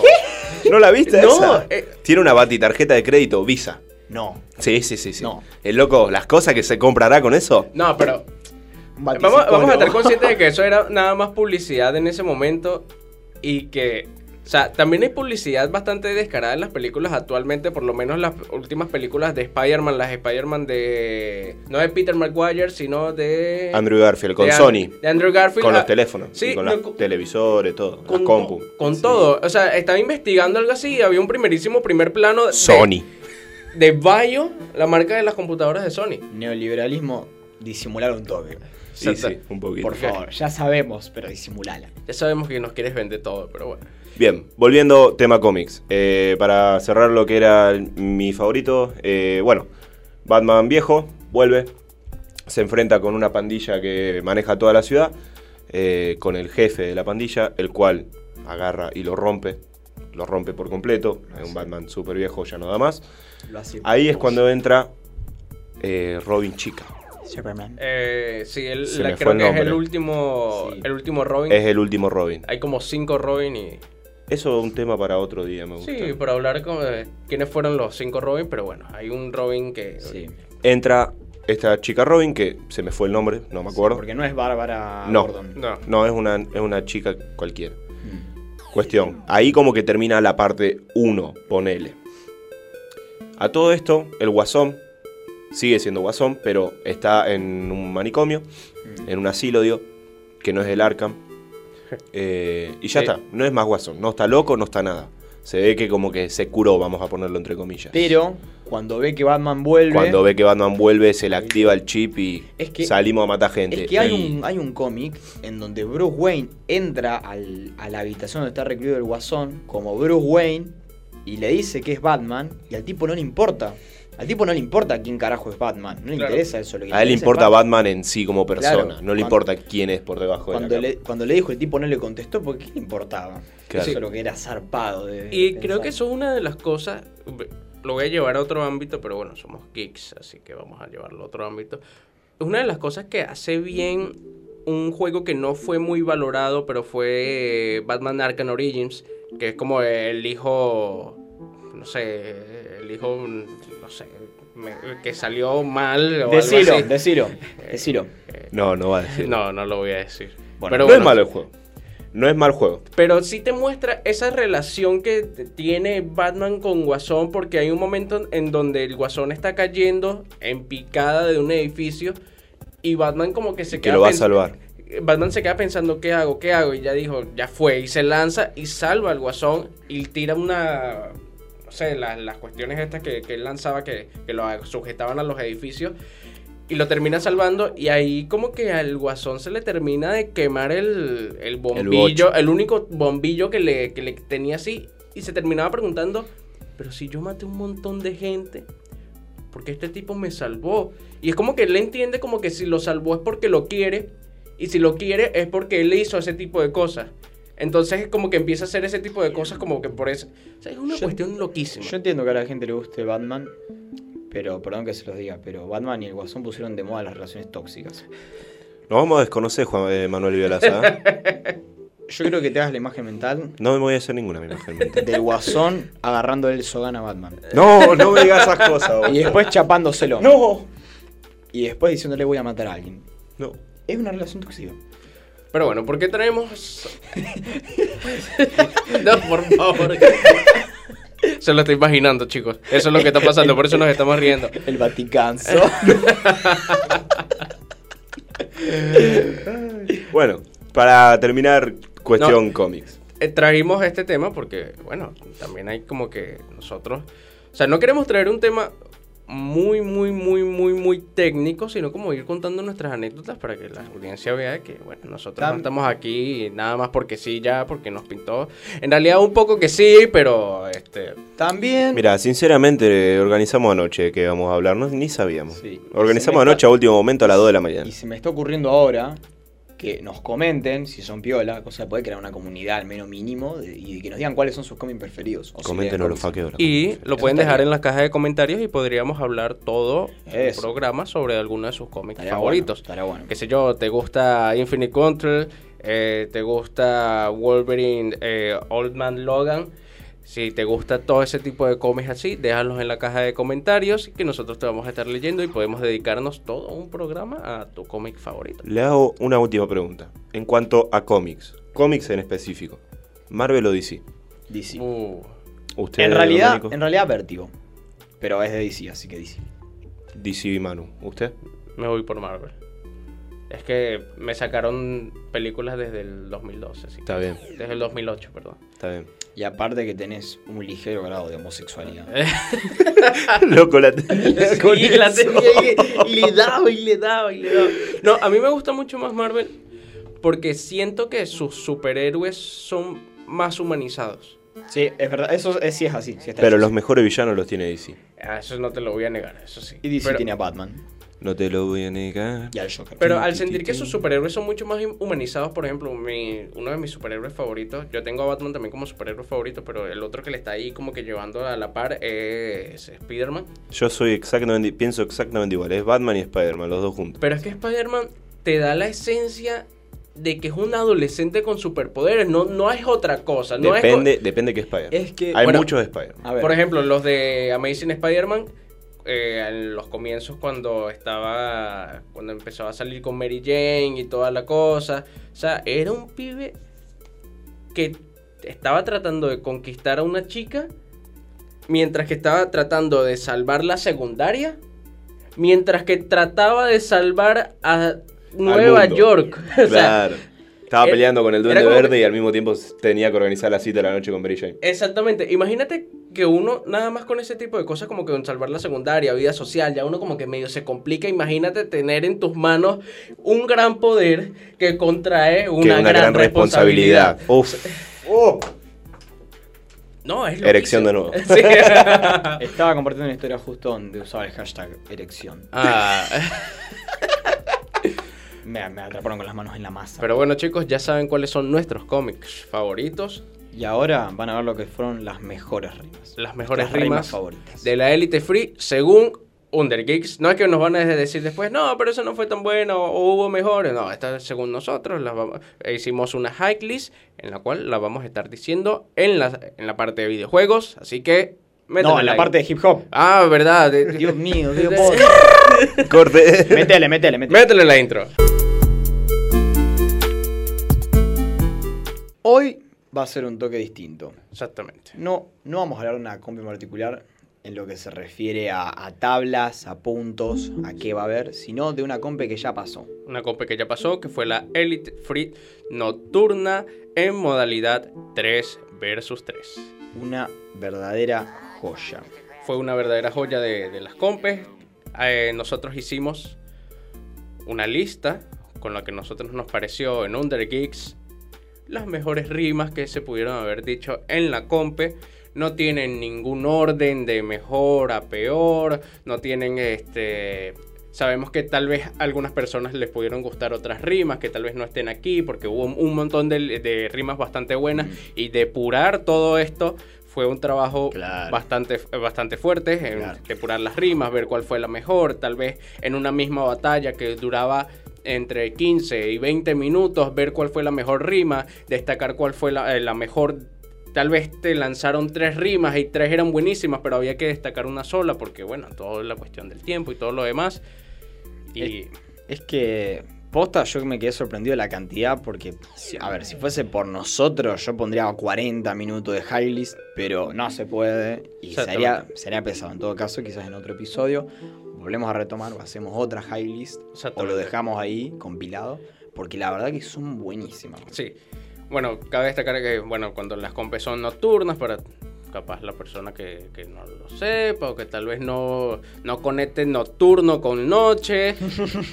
Speaker 1: ¿No la viste?
Speaker 3: No,
Speaker 1: esa?
Speaker 3: eh.
Speaker 1: Tiene una batitarjeta de crédito, Visa.
Speaker 2: No.
Speaker 1: Sí, sí, sí, sí.
Speaker 2: No.
Speaker 1: El loco, las cosas que se comprará con eso.
Speaker 3: No, pero
Speaker 2: un
Speaker 3: Vamos, vamos a estar
Speaker 2: batisicólogo.
Speaker 3: conscientes
Speaker 1: *laughs*
Speaker 3: de que eso era nada más publicidad en ese momento y que... O sea, también hay publicidad bastante descarada en las películas actualmente, por lo menos las últimas películas de Spider-Man, las Spider-Man de... No de Peter Maguire, sino de...
Speaker 1: Andrew Garfield con
Speaker 3: Eh, de An-
Speaker 1: Sony.
Speaker 3: De Andrew Garfield.
Speaker 1: Con
Speaker 3: ah,
Speaker 1: los teléfonos,
Speaker 3: Sí,
Speaker 1: y con
Speaker 3: no,
Speaker 1: los
Speaker 3: con-
Speaker 1: televisores, todo,
Speaker 3: con,
Speaker 1: las compu.
Speaker 3: con todo. O sea, estaba investigando algo así y había un primerísimo primer plano de,
Speaker 1: Sony.
Speaker 3: de Bayo, la marca de las computadoras de Sony.
Speaker 2: Neoliberalismo, disimular un toque.
Speaker 1: Sí,
Speaker 3: Exacto.
Speaker 1: sí, un poquito.
Speaker 2: Por favor, ya sabemos, pero disimulala.
Speaker 3: Ya sabemos que nos quieres vender todo, pero bueno.
Speaker 1: Bien, volviendo tema cómics. Eh, para cerrar lo que era el- mi favorito, eh, bueno, Batman viejo vuelve, se enfrenta con una pandilla que maneja toda la ciudad, eh, con el jefe de la pandilla, el cual agarra y lo rompe, lo rompe por completo, es un Batman súper viejo, ya no da más.
Speaker 2: Lo hace
Speaker 1: Ahí es cuando entra eh, Robin Chica.
Speaker 2: Superman.
Speaker 3: Eh, sí, él,
Speaker 1: Se
Speaker 3: la-
Speaker 1: me
Speaker 3: creo
Speaker 1: fue el
Speaker 3: que es el
Speaker 1: nombre.
Speaker 3: último,
Speaker 2: Sí.
Speaker 3: el último Robin.
Speaker 1: Es el último Robin.
Speaker 3: Hay como cinco Robin y...
Speaker 1: Eso es un tema para otro día, me gusta.
Speaker 3: Sí, para hablar con, eh, quiénes fueron los cinco Robin, pero bueno, hay un Robin que...
Speaker 2: Sí.
Speaker 1: Entra esta chica Robin, que se me fue el nombre, no me acuerdo.
Speaker 2: Porque no es Bárbara
Speaker 1: No.
Speaker 2: Gordon.
Speaker 3: No.
Speaker 1: No, es una, es una chica cualquiera.
Speaker 2: Mm.
Speaker 1: Cuestión. Ahí como que termina la parte 1, ponele. A todo esto, el guasón sigue siendo guasón, pero está en un manicomio, en un asilo, digo, que no es el
Speaker 2: *laughs*
Speaker 1: Arkham. Eh, y ya
Speaker 3: Sí.
Speaker 1: está, no es más guasón, no está loco, no está nada. Se ve que como que se curó, vamos a ponerlo entre comillas.
Speaker 2: Pero cuando ve que Batman vuelve.
Speaker 1: Cuando ve que Batman vuelve, se le activa el chip y
Speaker 2: Es que-
Speaker 1: salimos a matar gente.
Speaker 2: Es que hay
Speaker 1: Y-
Speaker 2: un, hay un cómic en donde Bruce Wayne entra al- a la habitación donde está recluido el guasón como Bruce Wayne y le dice que es Batman y al tipo no le importa. Al tipo no le importa quién carajo es Batman, no le
Speaker 3: Claro.
Speaker 2: interesa eso. lo que
Speaker 1: A él le
Speaker 2: interesa es
Speaker 1: importa Batman en sí como persona,
Speaker 2: Claro,
Speaker 1: no le
Speaker 2: cuando-
Speaker 1: importa quién es por debajo de la
Speaker 2: Cuando
Speaker 1: capa.
Speaker 2: le, cuando le dijo el tipo no le contestó porque ¿qué le importaba?
Speaker 1: Claro.
Speaker 2: Eso es lo que era zarpado. de
Speaker 3: Y
Speaker 2: pensar.
Speaker 3: creo que eso es una de las cosas... Lo voy a llevar a otro ámbito, pero bueno, somos geeks, así que vamos a llevarlo a otro ámbito. Una de las cosas que hace bien un juego que no fue muy valorado, pero fue eh, Batman Arkham Origins, que es como el hijo, no sé, el hijo, no sé, me- que salió mal o algo
Speaker 2: Decilo,
Speaker 3: así.
Speaker 2: decilo, decilo.
Speaker 1: No, no va a decir.
Speaker 3: No, no lo voy a decir.
Speaker 2: Bueno,
Speaker 1: no
Speaker 3: pero
Speaker 1: es
Speaker 3: bueno,
Speaker 1: malo el juego. No es mal juego.
Speaker 3: pero sí te muestra esa relación que t- tiene Batman con Guasón, porque hay un momento en donde el Guasón está cayendo en picada de un edificio y Batman como que se
Speaker 1: Que
Speaker 3: queda
Speaker 1: lo va a
Speaker 3: pens-
Speaker 1: salvar.
Speaker 3: Batman se queda pensando, ¿qué hago? ¿Qué hago? Y ya dijo, ya fue. Y se lanza y salva al Guasón y tira una... No sé, la- las cuestiones estas que, que él lanzaba que, que lo sujetaban a los edificios. Y lo termina salvando y ahí como que al guasón se le termina de quemar el, el bombillo, el, único bombillo que le, que le tenía así y se terminaba preguntando, pero si yo maté un montón de gente, ¿por qué este tipo me salvó? Y es como que él entiende como que si lo salvó es porque lo quiere y si lo quiere es porque él hizo ese tipo de cosas. Entonces es como que empieza a hacer ese tipo de cosas como que por eso... O sea, es una
Speaker 2: Yo-
Speaker 3: cuestión loquísima.
Speaker 2: Yo entiendo que a la gente le guste Batman, pero perdón que se los diga, pero Batman y el guasón pusieron de moda las relaciones tóxicas. *laughs*
Speaker 1: Nos vamos a desconocer, Juan eh, Manuel Violaza. ¿eh?
Speaker 2: yo creo que te hagas la imagen mental
Speaker 1: No me voy a hacer ninguna mi imagen mental.
Speaker 2: del guasón agarrando el sogan
Speaker 1: *laughs*
Speaker 2: a Batman.
Speaker 1: No, no me digas esas cosas. vos.
Speaker 2: *laughs* Y después chapándoselo.
Speaker 1: No.
Speaker 2: Y después diciéndole voy a matar a alguien.
Speaker 1: No.
Speaker 2: Es una relación
Speaker 1: *laughs*
Speaker 2: tóxica.
Speaker 3: Pero bueno, ¿por qué traemos.?
Speaker 2: *laughs*
Speaker 3: no, por favor.
Speaker 2: *laughs*
Speaker 3: Se lo estoy imaginando, chicos. Eso es lo que está pasando, por eso nos estamos riendo.
Speaker 1: *laughs*
Speaker 2: El Vaticanzo.
Speaker 1: Bueno, para terminar, cuestión
Speaker 3: No.
Speaker 1: cómics.
Speaker 3: Eh, trajimos este tema porque, bueno, también hay como que nosotros. O sea, no queremos traer un tema muy, muy, muy, muy, muy técnico, sino como ir contando nuestras anécdotas para que la audiencia vea que, bueno, nosotros no
Speaker 2: Tam-
Speaker 3: estamos aquí nada más porque sí, ya, porque nos pintó. En realidad, un poco que sí, pero este.
Speaker 2: También.
Speaker 1: Mira, sinceramente, eh, organizamos anoche que íbamos a hablar, no, ni sabíamos.
Speaker 2: Sí. Se
Speaker 1: Organizamos
Speaker 2: me está-
Speaker 1: anoche a último momento a las 2 de la mañana.
Speaker 2: Y se me está ocurriendo ahora que nos comenten si son piola, cosa de poder crear una comunidad al menos mínimo de- y que nos digan cuáles son sus cómics preferidos. o si
Speaker 1: Coméntenos
Speaker 2: leen
Speaker 1: los
Speaker 2: cómics.
Speaker 1: faqueos.
Speaker 3: Y lo pueden
Speaker 2: está
Speaker 3: dejar
Speaker 2: bien.
Speaker 3: en la caja de comentarios y podríamos hablar todo el
Speaker 2: Eso.
Speaker 3: programa sobre alguno de sus cómics
Speaker 2: Estaría
Speaker 3: favoritos.
Speaker 2: bueno, estaría bueno.
Speaker 3: qué sé yo, te gusta Infinite Control, eh, te gusta Wolverine, eh, Old Man Logan. Si te gusta todo ese tipo de cómics así, déjalos en la caja de comentarios que nosotros te vamos a estar leyendo y podemos dedicarnos todo un programa a tu cómic favorito.
Speaker 1: Le hago una última pregunta. En cuanto a cómics, cómics en específico, Marvel o DC.
Speaker 2: DC.
Speaker 3: Uh,
Speaker 1: Usted,
Speaker 2: en realidad,
Speaker 1: Domenico?
Speaker 2: en realidad Vértigo. Pero es de DC, así que DC.
Speaker 1: DC y Manu. ¿Usted?
Speaker 3: me voy por Marvel. Es que me sacaron películas desde el 2012, así que-
Speaker 1: Está bien,
Speaker 3: desde el 2008, perdón.
Speaker 1: está bien.
Speaker 2: Y aparte que tenés un ligero grado de homosexualidad.
Speaker 1: Ah, *laughs* Loco, la
Speaker 2: *laughs*
Speaker 3: *laughs* Sí, la tenía y le daba y le daba y le daba. No, a mí me gusta mucho más Marvel porque siento que sus superhéroes son más humanizados.
Speaker 2: Sí, es verdad. Eso es- sí es así. sí está
Speaker 1: Pero
Speaker 2: hecho
Speaker 1: los
Speaker 2: así.
Speaker 1: mejores villanos los tiene DC.
Speaker 3: Ah, Eso no te lo voy a negar, eso sí.
Speaker 2: Y DC
Speaker 3: pero,
Speaker 2: tiene a Batman
Speaker 1: No te lo voy a negar.
Speaker 2: y al Joker.
Speaker 3: pero al sentir que sus superhéroes son mucho más hum- humanizados, por ejemplo, mi- uno de mis superhéroes favoritos, yo tengo a Batman también como superhéroe favorito, pero el otro que le está ahí como que llevando a la par es Spider-Man.
Speaker 1: Yo soy exactamente, pienso exactamente igual. Es Batman y Spider-Man, los dos juntos.
Speaker 3: Pero es que Spider-Man te da la esencia de que es un adolescente con superpoderes, no, no es otra cosa. No es co-
Speaker 1: Depende, depende que Spider-Man.
Speaker 2: Es que-
Speaker 1: Hay
Speaker 3: bueno,
Speaker 1: muchos Spider-Man.
Speaker 2: A ver.
Speaker 3: Por ejemplo, los de Amazing Spider-Man, eh, en los comienzos cuando estaba, cuando empezaba a salir con Mary Jane y toda la cosa, o sea, era un pibe que estaba tratando de conquistar a una chica, mientras que estaba tratando de salvar la secundaria, mientras que trataba de salvar a Nueva
Speaker 1: mundo.
Speaker 3: York. *laughs* *laughs* O sea,
Speaker 1: Claro. Estaba
Speaker 3: era-
Speaker 1: peleando con el
Speaker 3: era
Speaker 1: Duende
Speaker 3: como
Speaker 1: Verde
Speaker 3: que-
Speaker 1: y al mismo tiempo tenía que organizar la cita de la noche con Mary Jane.
Speaker 3: Exactamente. Imagínate que uno, nada más con ese tipo de cosas, como que con salvar la secundaria, vida social, ya uno como que medio se complica. Imagínate tener en tus manos un gran poder que contrae una,
Speaker 1: que una gran, responsabilidad. Uf. Oh.
Speaker 3: No, es
Speaker 1: Erección de
Speaker 3: loquísimo.
Speaker 1: nuevo.
Speaker 3: *laughs*
Speaker 1: *laughs*
Speaker 3: Sí.
Speaker 2: Estaba compartiendo una historia justo donde usaba el hashtag erección.
Speaker 3: Ah,
Speaker 2: Me, me atraparon con las manos en la masa.
Speaker 3: pero bueno, chicos, ya saben cuáles son nuestros cómics favoritos,
Speaker 2: Y ahora van a ver lo que fueron las mejores rimas.
Speaker 3: las mejores
Speaker 2: Las
Speaker 3: rimas,
Speaker 2: favoritas.
Speaker 3: de la élite free, según Undergeeks. No es que nos van a decir después, no, pero eso no fue tan bueno o hubo mejores. No, esta es según nosotros. las vamos- eh, hicimos una high list en la cual la vamos a estar diciendo en la, en la parte de videojuegos. Así que. métale
Speaker 2: no, en la
Speaker 3: like.
Speaker 2: parte de hip hop.
Speaker 3: Ah, verdad. de-
Speaker 2: *laughs* Dios mío, Dios
Speaker 3: *laughs* de-
Speaker 2: mío.
Speaker 1: Corte.
Speaker 2: Métele, métele, métele.
Speaker 3: Métele la intro.
Speaker 2: Hoy va a ser un toque distinto.
Speaker 3: Exactamente.
Speaker 2: No, no vamos a hablar de una compi en particular en lo que se refiere a, a tablas, a puntos, a qué va a haber, sino de una compe que ya pasó.
Speaker 3: Una copa que ya pasó, que fue la Elite Free Nocturna en modalidad 3 versus 3.
Speaker 2: Una verdadera joya.
Speaker 3: fue una verdadera joya de, de las compes. Eh, nosotros hicimos una lista con la que nosotros nos pareció en Under Geeks las mejores rimas que se pudieron haber dicho en la compe. No tienen ningún orden de mejor a peor. No tienen este. Sabemos que tal vez a algunas personas les pudieron gustar otras rimas que tal vez no estén aquí porque hubo un montón de, de rimas bastante buenas y depurar todo esto fue un trabajo
Speaker 2: Claro.
Speaker 3: bastante, bastante fuerte en
Speaker 2: Claro.
Speaker 3: depurar las rimas, ver cuál fue la mejor, tal vez en una misma batalla que duraba entre 15 y 20 minutos, ver cuál fue la mejor rima, destacar cuál fue la, eh, la mejor. Tal vez te lanzaron tres rimas y tres eran buenísimas, pero había que destacar una sola porque, bueno, toda la cuestión del tiempo y todo lo demás. Y
Speaker 2: Es que posta yo me quedé sorprendido de la cantidad porque, si- a ver, si fuese por nosotros yo pondría 40 minutos de Highlis, pero no se puede y sería,
Speaker 3: Exactamente.
Speaker 2: sería pesado. En todo caso, quizás en otro episodio volvemos a retomar o hacemos otra Highlis o
Speaker 3: Exactamente.
Speaker 2: lo dejamos ahí compilado porque la verdad que son buenísimas.
Speaker 3: Sí. Bueno, cabe destacar que, bueno, cuando las compes son nocturnas, para capaz la persona que, que no lo sepa o que tal vez no, no conecte nocturno con noche,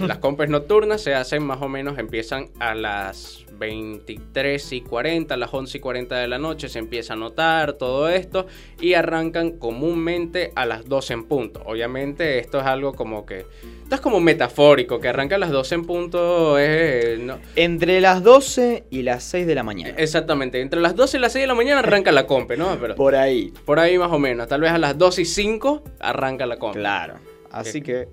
Speaker 3: las compes nocturnas se hacen más o menos, empiezan a las 23 y 40, a las 11 y 40 de la noche, se empieza a notar todo esto y arrancan comúnmente a las 12 en punto. Obviamente esto es algo como que, esto es como metafórico, que arranca a las 12 en punto es... no,
Speaker 2: Entre las 12 y las 6 de la mañana.
Speaker 3: Eh, Exactamente, entre las 12 y las 6 de la mañana arranca la compe, ¿no? Pero
Speaker 2: Por ahí.
Speaker 3: por ahí más o menos, tal vez a las 12 y 5 arranca la compe.
Speaker 2: Claro. Así que.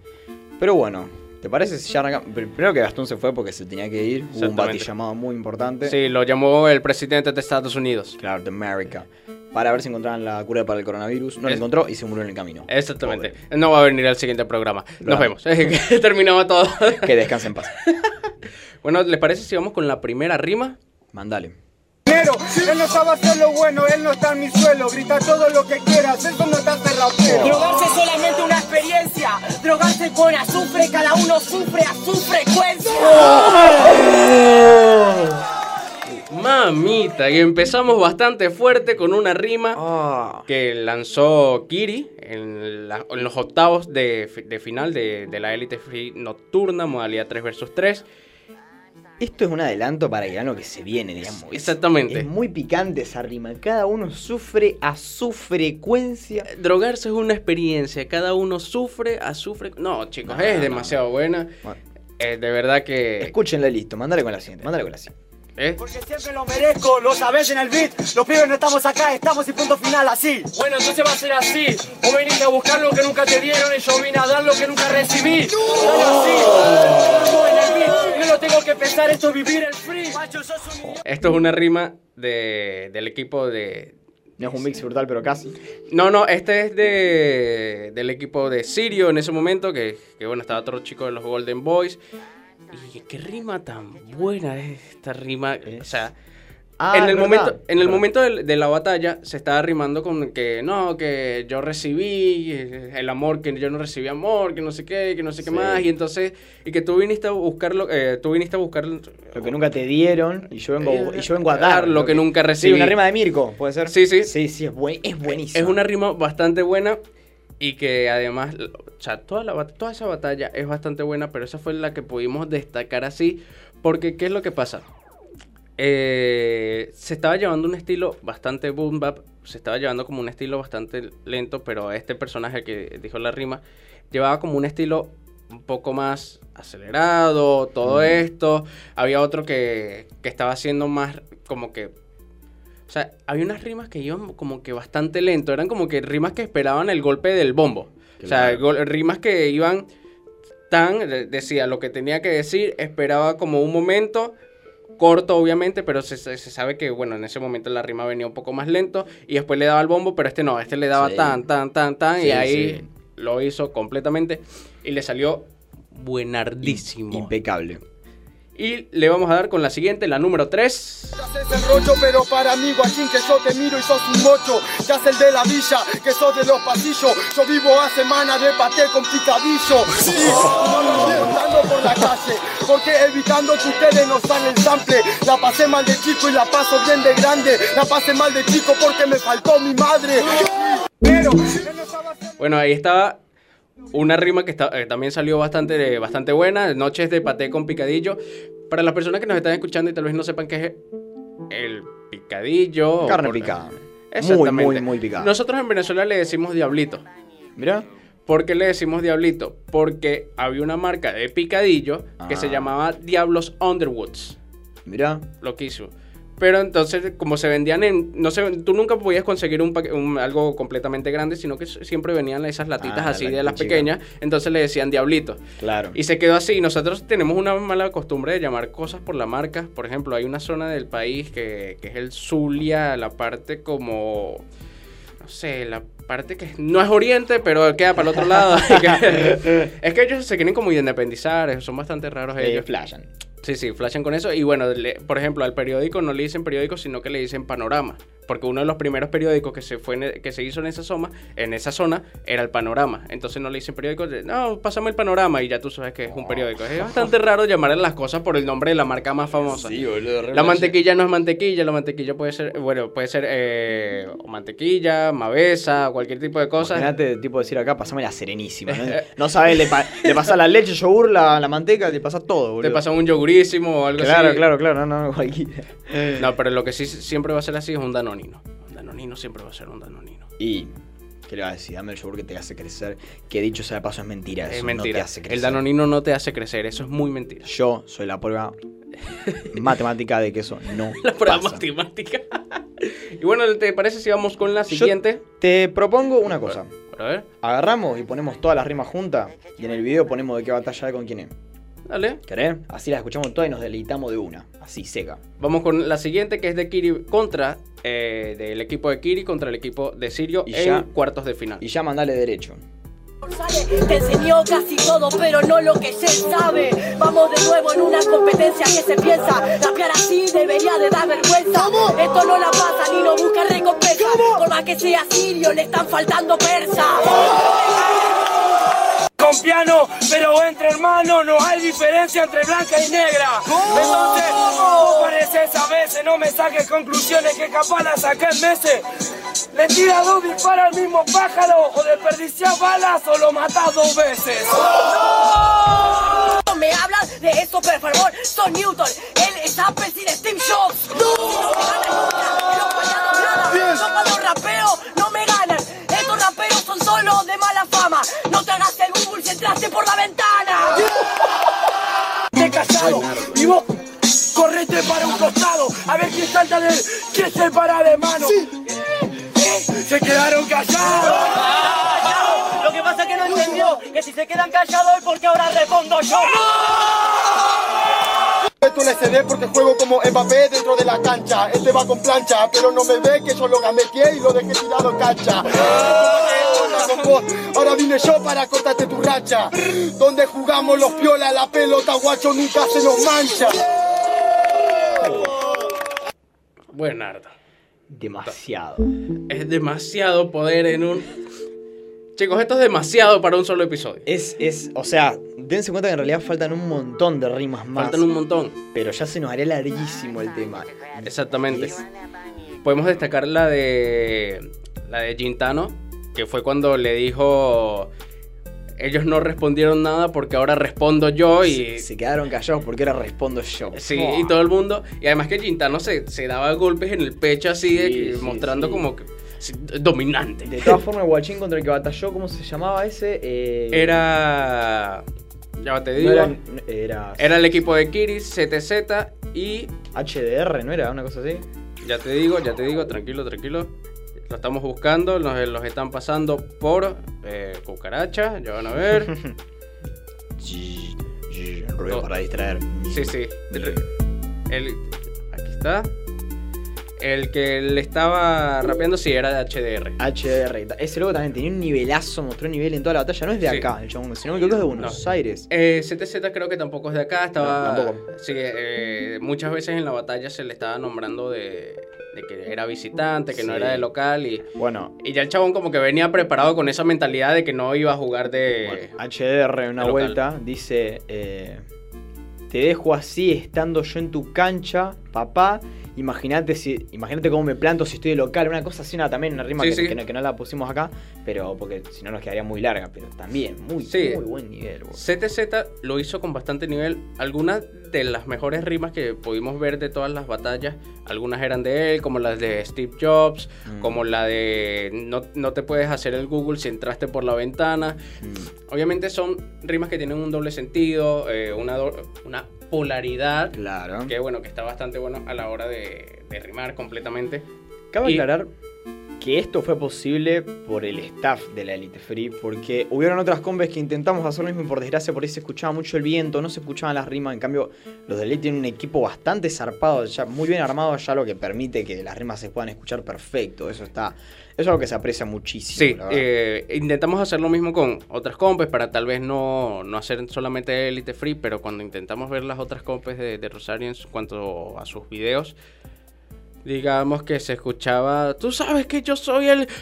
Speaker 2: Pero bueno, ¿te parece si ya arrancamos? Primero que Gastón se fue porque se tenía que ir. Hubo un
Speaker 3: Exactamente.
Speaker 2: batillamado muy importante.
Speaker 3: Sí, lo llamó el presidente de Estados Unidos.
Speaker 2: Claro, de América. Para ver si encontraban la cura para el coronavirus. No la
Speaker 3: Es-
Speaker 2: encontró y se murió en el camino.
Speaker 3: Exactamente. No va a venir al siguiente programa. Nos
Speaker 2: Claro.
Speaker 3: vemos. *laughs* Terminamos todo. *laughs*
Speaker 2: Que descanse en paz.
Speaker 3: bueno, ¿les parece si vamos con la primera rima?
Speaker 2: Mandale.
Speaker 5: dinero. Él no sabe hacer lo bueno, él no está en mi suelo. Grita todo lo que quieras, eso no te hace rapero.
Speaker 6: Drogarse es solamente una experiencia. Drogarse con azufre, cada uno sufre a su frecuencia.
Speaker 3: Oh. Mamita, y empezamos bastante fuerte con una rima
Speaker 2: Ah.
Speaker 3: que lanzó Kiri en, la- en los octavos de, fi- de final de, de la Elite Free Nocturna, modalidad 3 versus 3.
Speaker 2: Esto es un adelanto para que vean lo que se viene, digamos. Es-
Speaker 3: Exactamente.
Speaker 2: Es muy picante esa rima. Cada uno sufre a su frecuencia.
Speaker 3: Eh, Drogarse es una experiencia, cada uno sufre, a sufre. No, chicos, es demasiado buena.
Speaker 2: Bueno,
Speaker 3: Eh, de verdad que.
Speaker 2: escúchenla y listo. Mandale con la siguiente. Mandale con la siguiente.
Speaker 3: ¿eh?
Speaker 5: Porque siempre lo merezco, lo sabes en el beat. Los pibes no estamos acá, estamos y punto final, así.
Speaker 7: Bueno, entonces va a ser así. Vos viniste a buscar lo que nunca te dieron y yo vine a dar lo que nunca recibí. Soy así, como en el beat. Yo no tengo que pensar, esto es vivir el free.
Speaker 5: Macho, sos un idiota.
Speaker 3: Esto es una rima de- del equipo de.
Speaker 2: No es un mix brutal, pero casi.
Speaker 3: No, no, este es de, del equipo de Sirio en ese momento, que, que bueno, estaba otro chico de los Golden Boys. Y qué rima tan buena es esta rima. O sea.
Speaker 2: Ah,
Speaker 3: en
Speaker 2: es
Speaker 3: el
Speaker 2: verdad.
Speaker 3: momento, en el
Speaker 2: Perdón.
Speaker 3: momento del- de, la batalla se estaba rimando con que no, que yo recibí eh, el amor, que yo no recibí amor, que no sé qué, que no sé qué
Speaker 2: Sí.
Speaker 3: más, y entonces, y que tú viniste a buscarlo, eh, tú viniste a buscar eh,
Speaker 2: Lo que nunca te dieron y yo vengo, y yo vengo a dar.
Speaker 3: lo que nunca recibí.
Speaker 2: Sí, una rima de Mirko, ¿puede ser?
Speaker 3: Sí, sí.
Speaker 2: Sí, sí, es, buen, es buenísimo.
Speaker 3: Es una rima bastante buena y que además, l- o sea, toda, la, bat- toda esa batalla es bastante buena, pero esa fue la que pudimos destacar así, porque ¿qué es lo que pasa? Eh, se estaba llevando un estilo bastante boom bap, se estaba llevando como un estilo bastante lento, pero este personaje que dijo la rima llevaba como un estilo un poco más acelerado, todo esto. Había otro que, que estaba haciendo más como que o sea, había unas rimas que iban como que bastante lento. Eran como que rimas que esperaban el golpe del bombo. O sea, gol- rimas que iban tan, de- decía lo que tenía que decir, esperaba como un momento corto obviamente, pero se, se- se sabe que bueno, en ese momento la rima venía un poco más lento y después le daba el bombo, pero este no, este le daba
Speaker 2: Sí.
Speaker 3: tan, tan, tan, tan
Speaker 2: Sí,
Speaker 3: y ahí
Speaker 2: sí.
Speaker 3: lo hizo completamente y le salió buenardísimo.
Speaker 2: Impecable.
Speaker 3: y le vamos a dar con la siguiente, la número 3.
Speaker 5: Te haces el rollo, pero para mí, guachín, que yo te miro y sos un mocho. Ya es el de la villa, que sos de los pasillos. Yo vivo a semana de paté con picadillo. Sí, no lo estoy contando por la calle, porque evitando que ustedes nos dan el sample. La pasé mal de chico y la paso bien de grande. La pasé mal de chico porque me faltó mi madre. Pero, él no sabe hacer
Speaker 3: Bueno, ahí estaba una rima que está- eh, también salió bastante, de- bastante buena, Noches de Paté con Picadillo. Para las personas que nos están escuchando y tal vez no sepan qué es el picadillo. o
Speaker 2: Carne
Speaker 3: Oh, por-
Speaker 2: picada. Muy,
Speaker 3: Exactamente.
Speaker 2: muy, muy picada.
Speaker 3: Nosotros en Venezuela le decimos diablito.
Speaker 2: Mira,
Speaker 3: ¿Por qué le decimos diablito? Porque había una marca de picadillo que se
Speaker 2: Ah.
Speaker 3: llamaba Diablos Underwoods.
Speaker 2: mira.
Speaker 3: Lo que hizo. Pero entonces, como se vendían en. No sé, tú nunca podías conseguir un, paque- un- algo completamente grande, sino que s- siempre venían esas latitas
Speaker 2: Ah,
Speaker 3: así
Speaker 2: la
Speaker 3: de las
Speaker 2: chica.
Speaker 3: pequeñas. Entonces le decían diablitos.
Speaker 2: Claro.
Speaker 3: Y se quedó así. Nosotros tenemos una mala costumbre de llamar cosas por la marca. Por ejemplo, hay una zona del país que, que es el Zulia, la parte como. No sé, la parte que no es oriente, pero queda para el
Speaker 2: *laughs*
Speaker 3: otro lado. *laughs* es que ellos se quieren como independizar, son bastante raros
Speaker 2: Eh,
Speaker 3: ellos.
Speaker 2: flashan.
Speaker 3: Sí, sí, flashan con eso. Y bueno, le- por ejemplo, al periódico no le dicen periódico, sino que le dicen panorama. Porque uno de los primeros periódicos que se fue en- e, que se hizo en esa zona, en esa zona, era el panorama. Entonces no le dicen periódico, le- no, pásame el panorama y ya tú sabes que es un periódico. Es bastante raro llamar a las cosas por el nombre de la marca más famosa. La mantequilla no es mantequilla, la mantequilla puede ser, bueno, puede ser eh, o mantequilla, mavesa, cualquier tipo de cosas.
Speaker 2: Imagínate, tipo, decir acá, pasame la serenísima.
Speaker 3: *laughs*
Speaker 2: No, no sabes, le, pa- le pasas la leche, yogur, la, la manteca, le pasas todo,
Speaker 3: Te
Speaker 2: boludo.
Speaker 3: pasa un yogurísimo o algo
Speaker 2: Claro,
Speaker 3: así.
Speaker 2: claro, claro, no, no,
Speaker 3: *laughs*
Speaker 2: cualquiera.
Speaker 3: No, pero lo que sí siempre va a ser así es un danonino. Un danonino siempre va a ser un danonino.
Speaker 2: Y, ¿qué le vas a decir? Dame el yogur que te hace crecer. Que dicho sea de paso, es mentira.
Speaker 3: Es
Speaker 2: eso,
Speaker 3: mentira.
Speaker 2: No te hace crecer.
Speaker 3: el danonino no te hace crecer, eso es muy mentira.
Speaker 2: Yo soy la prueba matemática de que eso no
Speaker 3: *laughs* *laughs* La prueba
Speaker 2: pasa.
Speaker 3: matemática. *laughs* y bueno, ¿te parece si vamos con la
Speaker 2: Yo-
Speaker 3: siguiente?
Speaker 2: Te propongo una cosa.
Speaker 3: Para ver,
Speaker 2: Agarramos y ponemos todas las rimas juntas y en el video ponemos de qué batalla hay con quién es.
Speaker 3: dale.
Speaker 2: ¿Querés? Así las escuchamos todas y nos deleitamos de una. Así seca.
Speaker 3: Vamos con la siguiente que es de Kiri contra eh, del equipo de Kiri contra el equipo de Sirio
Speaker 2: Y
Speaker 3: en
Speaker 2: ya.
Speaker 3: cuartos de final.
Speaker 2: Y ya mandale derecho.
Speaker 6: Te enseñó casi todo, pero no lo que se sabe. Vamos de nuevo en una competencia que se piensa. Rapear así debería de dar vergüenza. Esto no la pasa ni no busca recompensa. Por más que sea sirio, le están faltando persa.
Speaker 7: Con piano, pero entre hermanos no hay diferencia entre blanca y negra. Entonces, vos pareces a veces, no me saques conclusiones que capaz las saqué en meses. Le tira dos disparos al mismo pájaro, o desperdicias balas o lo matas dos veces.
Speaker 6: No me hablan de eso, por favor. Son Newton, él es Apple sin Steve Jobs. No, Yo cuando rapeo no me ganan. Estos raperos son solo de mala fama. No te hagas el Google si entraste por la ventana.
Speaker 7: Te callado y vos correte para un costado a ver quién salta de quién se para de mano. Se quedaron callados.
Speaker 6: Lo que pasa es que no entendió que si se quedan callados es porque ahora respondo yo.
Speaker 5: Esto le cedé porque juego como Mbappé dentro de la cancha. Este va con plancha, pero no me ve que yo lo gameteé y lo dejé tirado en cancha. Con vos, Ahora vine yo para cortarte tu racha. Donde jugamos los piola, la pelota guacho nunca se nos mancha.
Speaker 3: Buenardo.
Speaker 2: Demasiado.
Speaker 3: Es demasiado poder en un. *laughs* Chicos, esto es demasiado para un solo episodio.
Speaker 2: Es, es, o sea, dense cuenta que en realidad faltan un montón de rimas más.
Speaker 3: Faltan un montón.
Speaker 2: Pero ya se nos haría larguísimo el tema.
Speaker 3: Exactamente. Podemos destacar la de la de Gintano, que fue cuando le dijo ellos no respondieron nada porque ahora respondo yo y
Speaker 2: Se, se quedaron callados porque ahora respondo yo.
Speaker 3: sí,
Speaker 2: Buah.
Speaker 3: y todo el mundo y además que Gintano se, se daba golpes en el pecho así de
Speaker 2: Sí,
Speaker 3: que-
Speaker 2: sí,
Speaker 3: mostrando
Speaker 2: sí.
Speaker 3: como que sí, dominante.
Speaker 2: De todas formas, el guachín contra el que batalló, ¿cómo se llamaba ese? Eh,
Speaker 3: *laughs* Era ya te
Speaker 2: no
Speaker 3: digo,
Speaker 2: era,
Speaker 3: era,
Speaker 2: no- era
Speaker 3: el equipo de Kiri, CTZ y
Speaker 2: HDR, ¿no era? Una cosa así.
Speaker 3: Ya te digo, ya te digo, tranquilo, tranquilo. Lo estamos buscando, los, eh, los están pasando por eh, cucaracha, ya van a
Speaker 2: *laughs*
Speaker 3: ver.
Speaker 2: Ruido
Speaker 3: No.
Speaker 2: para distraer.
Speaker 3: Sí, sí. El, el- aquí está. El que le estaba rapeando sí era de HDR.
Speaker 2: HDR. Ese loco también tenía un nivelazo, mostró un nivel en toda la batalla. No es de
Speaker 3: Sí.
Speaker 2: acá, el chabón. Si no me equivoco, es de Buenos Aires.
Speaker 3: Eh, ZZ creo que tampoco es de acá, estaba...
Speaker 2: No, tampoco.
Speaker 3: Sí, eh, muchas veces en la batalla se le estaba nombrando de, de que era visitante, que no
Speaker 2: Sí.
Speaker 3: era de local y...
Speaker 2: Bueno,
Speaker 3: Y ya el chabón como que venía preparado con esa mentalidad de que no iba a jugar de...
Speaker 2: bueno, HDR en una
Speaker 3: local.
Speaker 2: vuelta dice: eh, Te dejo así estando yo en tu cancha, papá. Imagínate si, imagínate cómo me planto si estoy de local. Una cosa así, una, también una rima
Speaker 3: Sí,
Speaker 2: que,
Speaker 3: sí.
Speaker 2: que no, que no la pusimos acá, pero porque si no nos quedaría muy larga. Pero también, muy,
Speaker 3: Sí.
Speaker 2: muy buen nivel. boludo.
Speaker 3: ZZ lo hizo con bastante nivel. Algunas de las mejores rimas que pudimos ver de todas las batallas, algunas eran de él, como las de Steve Jobs,
Speaker 2: Mm.
Speaker 3: como la de no, no te puedes hacer el Google si entraste por la ventana.
Speaker 2: Mm.
Speaker 3: Obviamente son rimas que tienen un doble sentido, eh, una, do- una polaridad.
Speaker 2: Claro.
Speaker 3: Que bueno, que está bastante bueno a la hora de, de rimar completamente.
Speaker 2: Cabe
Speaker 3: Y-
Speaker 2: aclarar que esto fue posible por el staff de la Elite Free, porque hubieron otras combes que intentamos hacer lo mismo y por desgracia por ahí se escuchaba mucho el viento, no se escuchaban las rimas, en cambio los de Elite tienen un equipo bastante zarpado, ya muy bien armado, ya lo que permite que las rimas se puedan escuchar perfecto, eso está, eso es algo que se aprecia muchísimo.
Speaker 3: Sí,
Speaker 2: la verdad.
Speaker 3: eh, intentamos hacer lo mismo con otras compes para tal vez no, no hacer solamente Elite Free, pero cuando intentamos ver las otras compes de, de Rosario en cuanto a sus videos, digamos que se escuchaba, tú sabes que yo soy el... *laughs*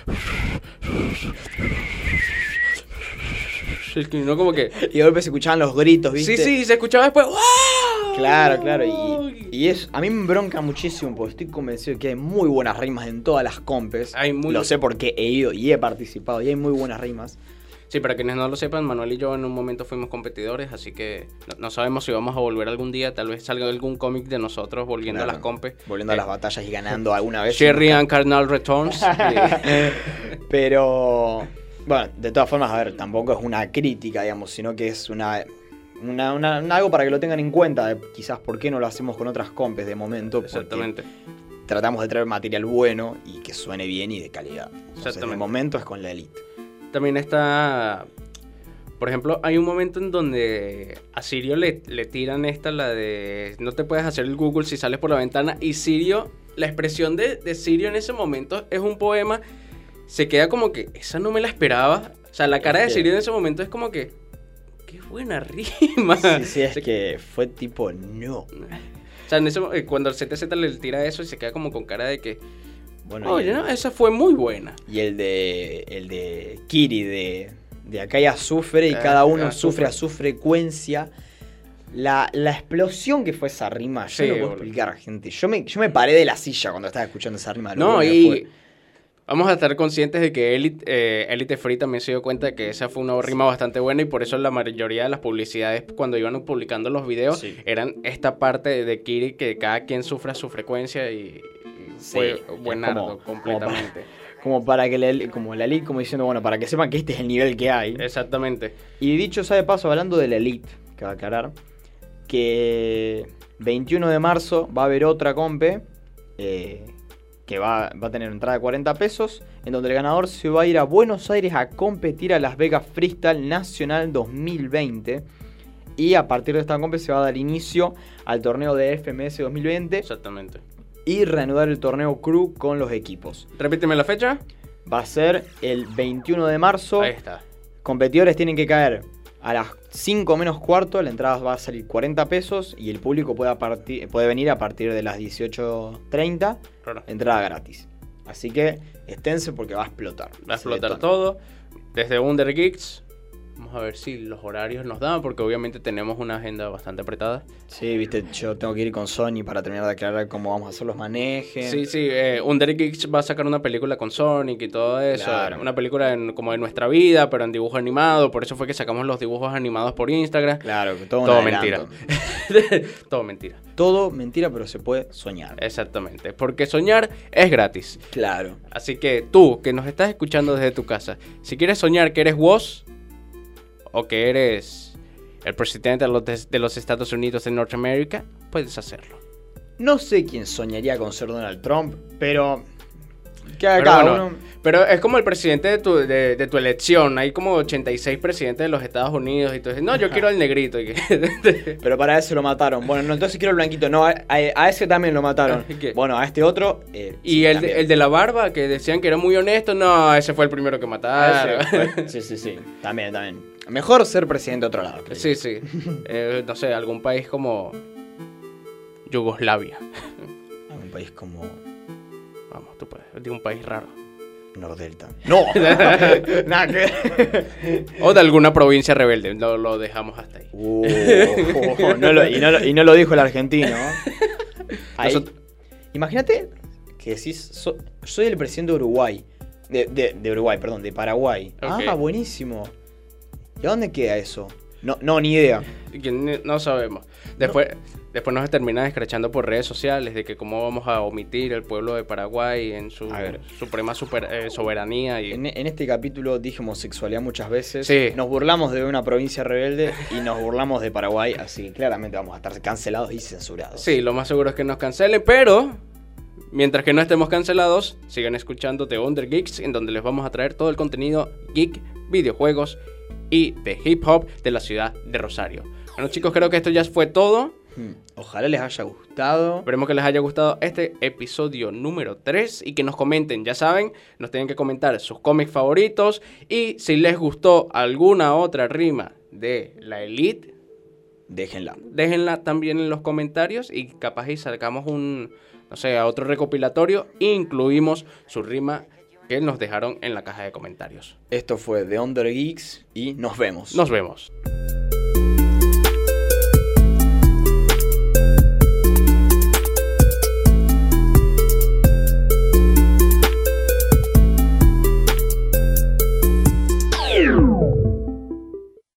Speaker 3: Es que No como que...
Speaker 2: Y de golpe se escuchaban los gritos, ¿viste?
Speaker 3: Sí, sí, se escuchaba después... "¡Wow!".
Speaker 2: Claro, claro. Y, y es, a mí me bronca muchísimo porque estoy convencido que hay muy buenas rimas en todas las compes.
Speaker 3: Hay muy-
Speaker 2: Lo sé porque he ido y he participado y hay muy buenas rimas.
Speaker 3: Sí, para quienes no lo sepan, Manuel y yo en un momento fuimos competidores, así que no, no sabemos si vamos a volver algún día, tal vez salga algún cómic de nosotros volviendo a
Speaker 2: Claro.
Speaker 3: las compes. Eh,
Speaker 2: Volviendo a las batallas y ganando alguna vez.
Speaker 3: Sherry and
Speaker 2: *laughs*
Speaker 3: Carnal Returns. Eh,
Speaker 2: Pero, bueno, de todas formas, a ver, tampoco es una crítica, digamos, sino que es una, una- una- un algo para que lo tengan en cuenta. de quizás por qué no lo hacemos con otras compes de momento. porque
Speaker 3: *laughs* Exactamente.
Speaker 2: Tratamos de traer material bueno y que suene bien y de calidad. Entonces,
Speaker 3: Exactamente.
Speaker 2: De momento es con la elite.
Speaker 3: También está. Por ejemplo, hay un momento en donde a Sirio le, le tiran esta, la de. No te puedes hacer el Google si sales por la ventana. Y Sirio, la expresión de, de Sirio en ese momento es un poema. Se queda como que. Esa no me la esperaba. O sea, la cara de
Speaker 2: Es que-
Speaker 3: Sirio en ese momento es como que. Qué buena rima.
Speaker 2: Sí, sí, es
Speaker 3: Se-
Speaker 2: que fue tipo, no.
Speaker 3: *laughs* O sea, en ese mo- eh, cuando el CTZ le tira eso y se queda como con cara de que.
Speaker 2: Bueno, y,
Speaker 3: Oye,
Speaker 2: el,
Speaker 3: no, esa fue muy buena.
Speaker 2: y el de el de Kiri, de, de acá hay azufre y
Speaker 3: Ah,
Speaker 2: cada uno
Speaker 3: azufre.
Speaker 2: sufre a su frecuencia. La, la explosión que fue esa rima, yo no
Speaker 3: Sí,
Speaker 2: puedo
Speaker 3: boludo.
Speaker 2: explicar, gente. Yo me, yo me paré de la silla cuando estaba escuchando esa rima. lo
Speaker 3: No,
Speaker 2: buena
Speaker 3: y
Speaker 2: que fue.
Speaker 3: vamos a estar conscientes de que Elite, eh, Elite Free también se dio cuenta de que esa fue una rima bastante buena y por eso la mayoría de las publicidades cuando iban publicando los videos
Speaker 2: Sí.
Speaker 3: eran esta parte de Kiri que cada quien sufra su frecuencia y, y
Speaker 2: Sí,
Speaker 3: fue
Speaker 2: es como-
Speaker 3: buenardo
Speaker 2: como *laughs*
Speaker 3: completamente.
Speaker 2: Como para que la, como la elite, como diciendo, bueno, para que sepan que este es el nivel que hay.
Speaker 3: Eh, Exactamente.
Speaker 2: Y dicho sea de paso, hablando de la Elite, que va a aclarar, que 21 de marzo va a haber otra compe eh, que va, va a tener entrada de 40 pesos, en donde el ganador se va a ir a Buenos Aires a competir a Las Vegas Freestyle Nacional 2020. Y a partir de esta compe se va a dar inicio al torneo de FMS 2020
Speaker 3: Exactamente.
Speaker 2: y reanudar el torneo Crew con los equipos.
Speaker 3: Repíteme la fecha.
Speaker 2: Va a ser el 21 de marzo.
Speaker 3: Ahí está.
Speaker 2: Competidores tienen que caer a las 5 menos cuarto, la entrada va a salir 40 pesos y el público puede, a parti- puede venir a partir de las 18.30,
Speaker 3: Raro.
Speaker 2: entrada gratis. Así que esténse porque va a explotar.
Speaker 3: Va a
Speaker 2: Ese
Speaker 3: explotar
Speaker 2: detonó.
Speaker 3: todo. Desde Wonder Geeks. Vamos a ver si los horarios nos dan, porque obviamente tenemos una agenda bastante apretada.
Speaker 2: Sí, viste, yo tengo que ir con Sony para terminar de aclarar cómo vamos a hacer los manejes.
Speaker 3: Sí, sí, eh, Under Geeks va a sacar una película con Sonic y todo eso.
Speaker 2: Claro.
Speaker 3: Una película en- como de nuestra vida, pero en dibujo animado. Por eso fue que sacamos los dibujos animados por Instagram.
Speaker 2: Claro, que todo, un
Speaker 3: todo mentira.
Speaker 2: adelanto.
Speaker 3: todo mentira.
Speaker 2: Todo mentira, pero se puede
Speaker 3: Eh.
Speaker 2: soñar.
Speaker 3: Exactamente. Porque soñar es gratis.
Speaker 2: Claro.
Speaker 3: Así que tú, que nos estás escuchando desde tu casa, si quieres soñar que eres vos o que eres el presidente de los, de los Estados Unidos de Norteamérica, puedes hacerlo.
Speaker 2: No sé quién soñaría con ser Donald Trump, pero... Que haga
Speaker 3: Pero
Speaker 2: cada
Speaker 3: bueno,
Speaker 2: uno...
Speaker 3: Pero es como el presidente de tu, de, de tu elección. Hay como 86 presidentes de los Estados Unidos y tú dices, no, yo quiero al negrito. y que-
Speaker 2: Pero para ese lo mataron. Bueno, no, entonces quiero el blanquito. No, a, a- a ese también lo mataron.
Speaker 3: *laughs* ¿Qué?
Speaker 2: Bueno, a este otro. eh,
Speaker 3: *laughs* y
Speaker 2: sí,
Speaker 3: el, de-
Speaker 2: también.
Speaker 3: el de la barba, que decían que era muy honesto, no, ese fue el primero que
Speaker 2: A ese
Speaker 3: mataron. *laughs*
Speaker 2: fue- Sí, sí, sí. También, también. Mejor ser presidente de otro lado. creo.
Speaker 3: *laughs* sí, sí. Eh, no sé, algún país como Yugoslavia.
Speaker 2: Un país como
Speaker 3: Vamos, tú puedes. De un país raro.
Speaker 2: Nordelta.
Speaker 3: *laughs*
Speaker 2: ¡No! Nada que ver.
Speaker 3: O de alguna provincia rebelde. No lo dejamos hasta ahí.
Speaker 2: Uh, no lo- y, no lo, y no lo dijo el
Speaker 3: *laughs*
Speaker 2: argentino. Ahí-
Speaker 3: Nosot-
Speaker 2: Imagínate que decís, so- soy el presidente de Uruguay. De, de- de Uruguay, perdón, de Paraguay.
Speaker 3: Ok.
Speaker 2: Ah, buenísimo. ¿Y a dónde queda eso? No, no, ni idea.
Speaker 3: Que ni- No sabemos. Después, después nos terminan escrachando por redes sociales de que cómo vamos a omitir el pueblo de Paraguay en su
Speaker 2: A ver.
Speaker 3: suprema super- eh, soberanía. Y,
Speaker 2: En, en este capítulo dije homosexualidad muchas veces.
Speaker 3: Sí.
Speaker 2: Nos burlamos de una provincia rebelde y nos burlamos de Paraguay, así que claramente vamos a estar cancelados y censurados.
Speaker 3: sí, lo más seguro es que nos cancelen, pero mientras que no estemos cancelados, sigan escuchando The Under Geeks, en donde les vamos a traer todo el contenido geek, videojuegos y de hip hop de la ciudad de Rosario. Bueno chicos, creo que esto ya fue todo.
Speaker 2: Hmm. Ojalá les haya gustado.
Speaker 3: Esperemos que les haya gustado este episodio número 3 y que nos comenten, ya saben, nos tienen que comentar sus cómics favoritos y si les gustó alguna otra rima de la Elite,
Speaker 2: Déjenla.
Speaker 3: déjenla también en los comentarios y capaz y sacamos un, no sé, a otro recopilatorio e incluimos su rima que nos dejaron en la caja de comentarios.
Speaker 2: Esto fue The Under Geeks y nos vemos.
Speaker 3: Nos vemos.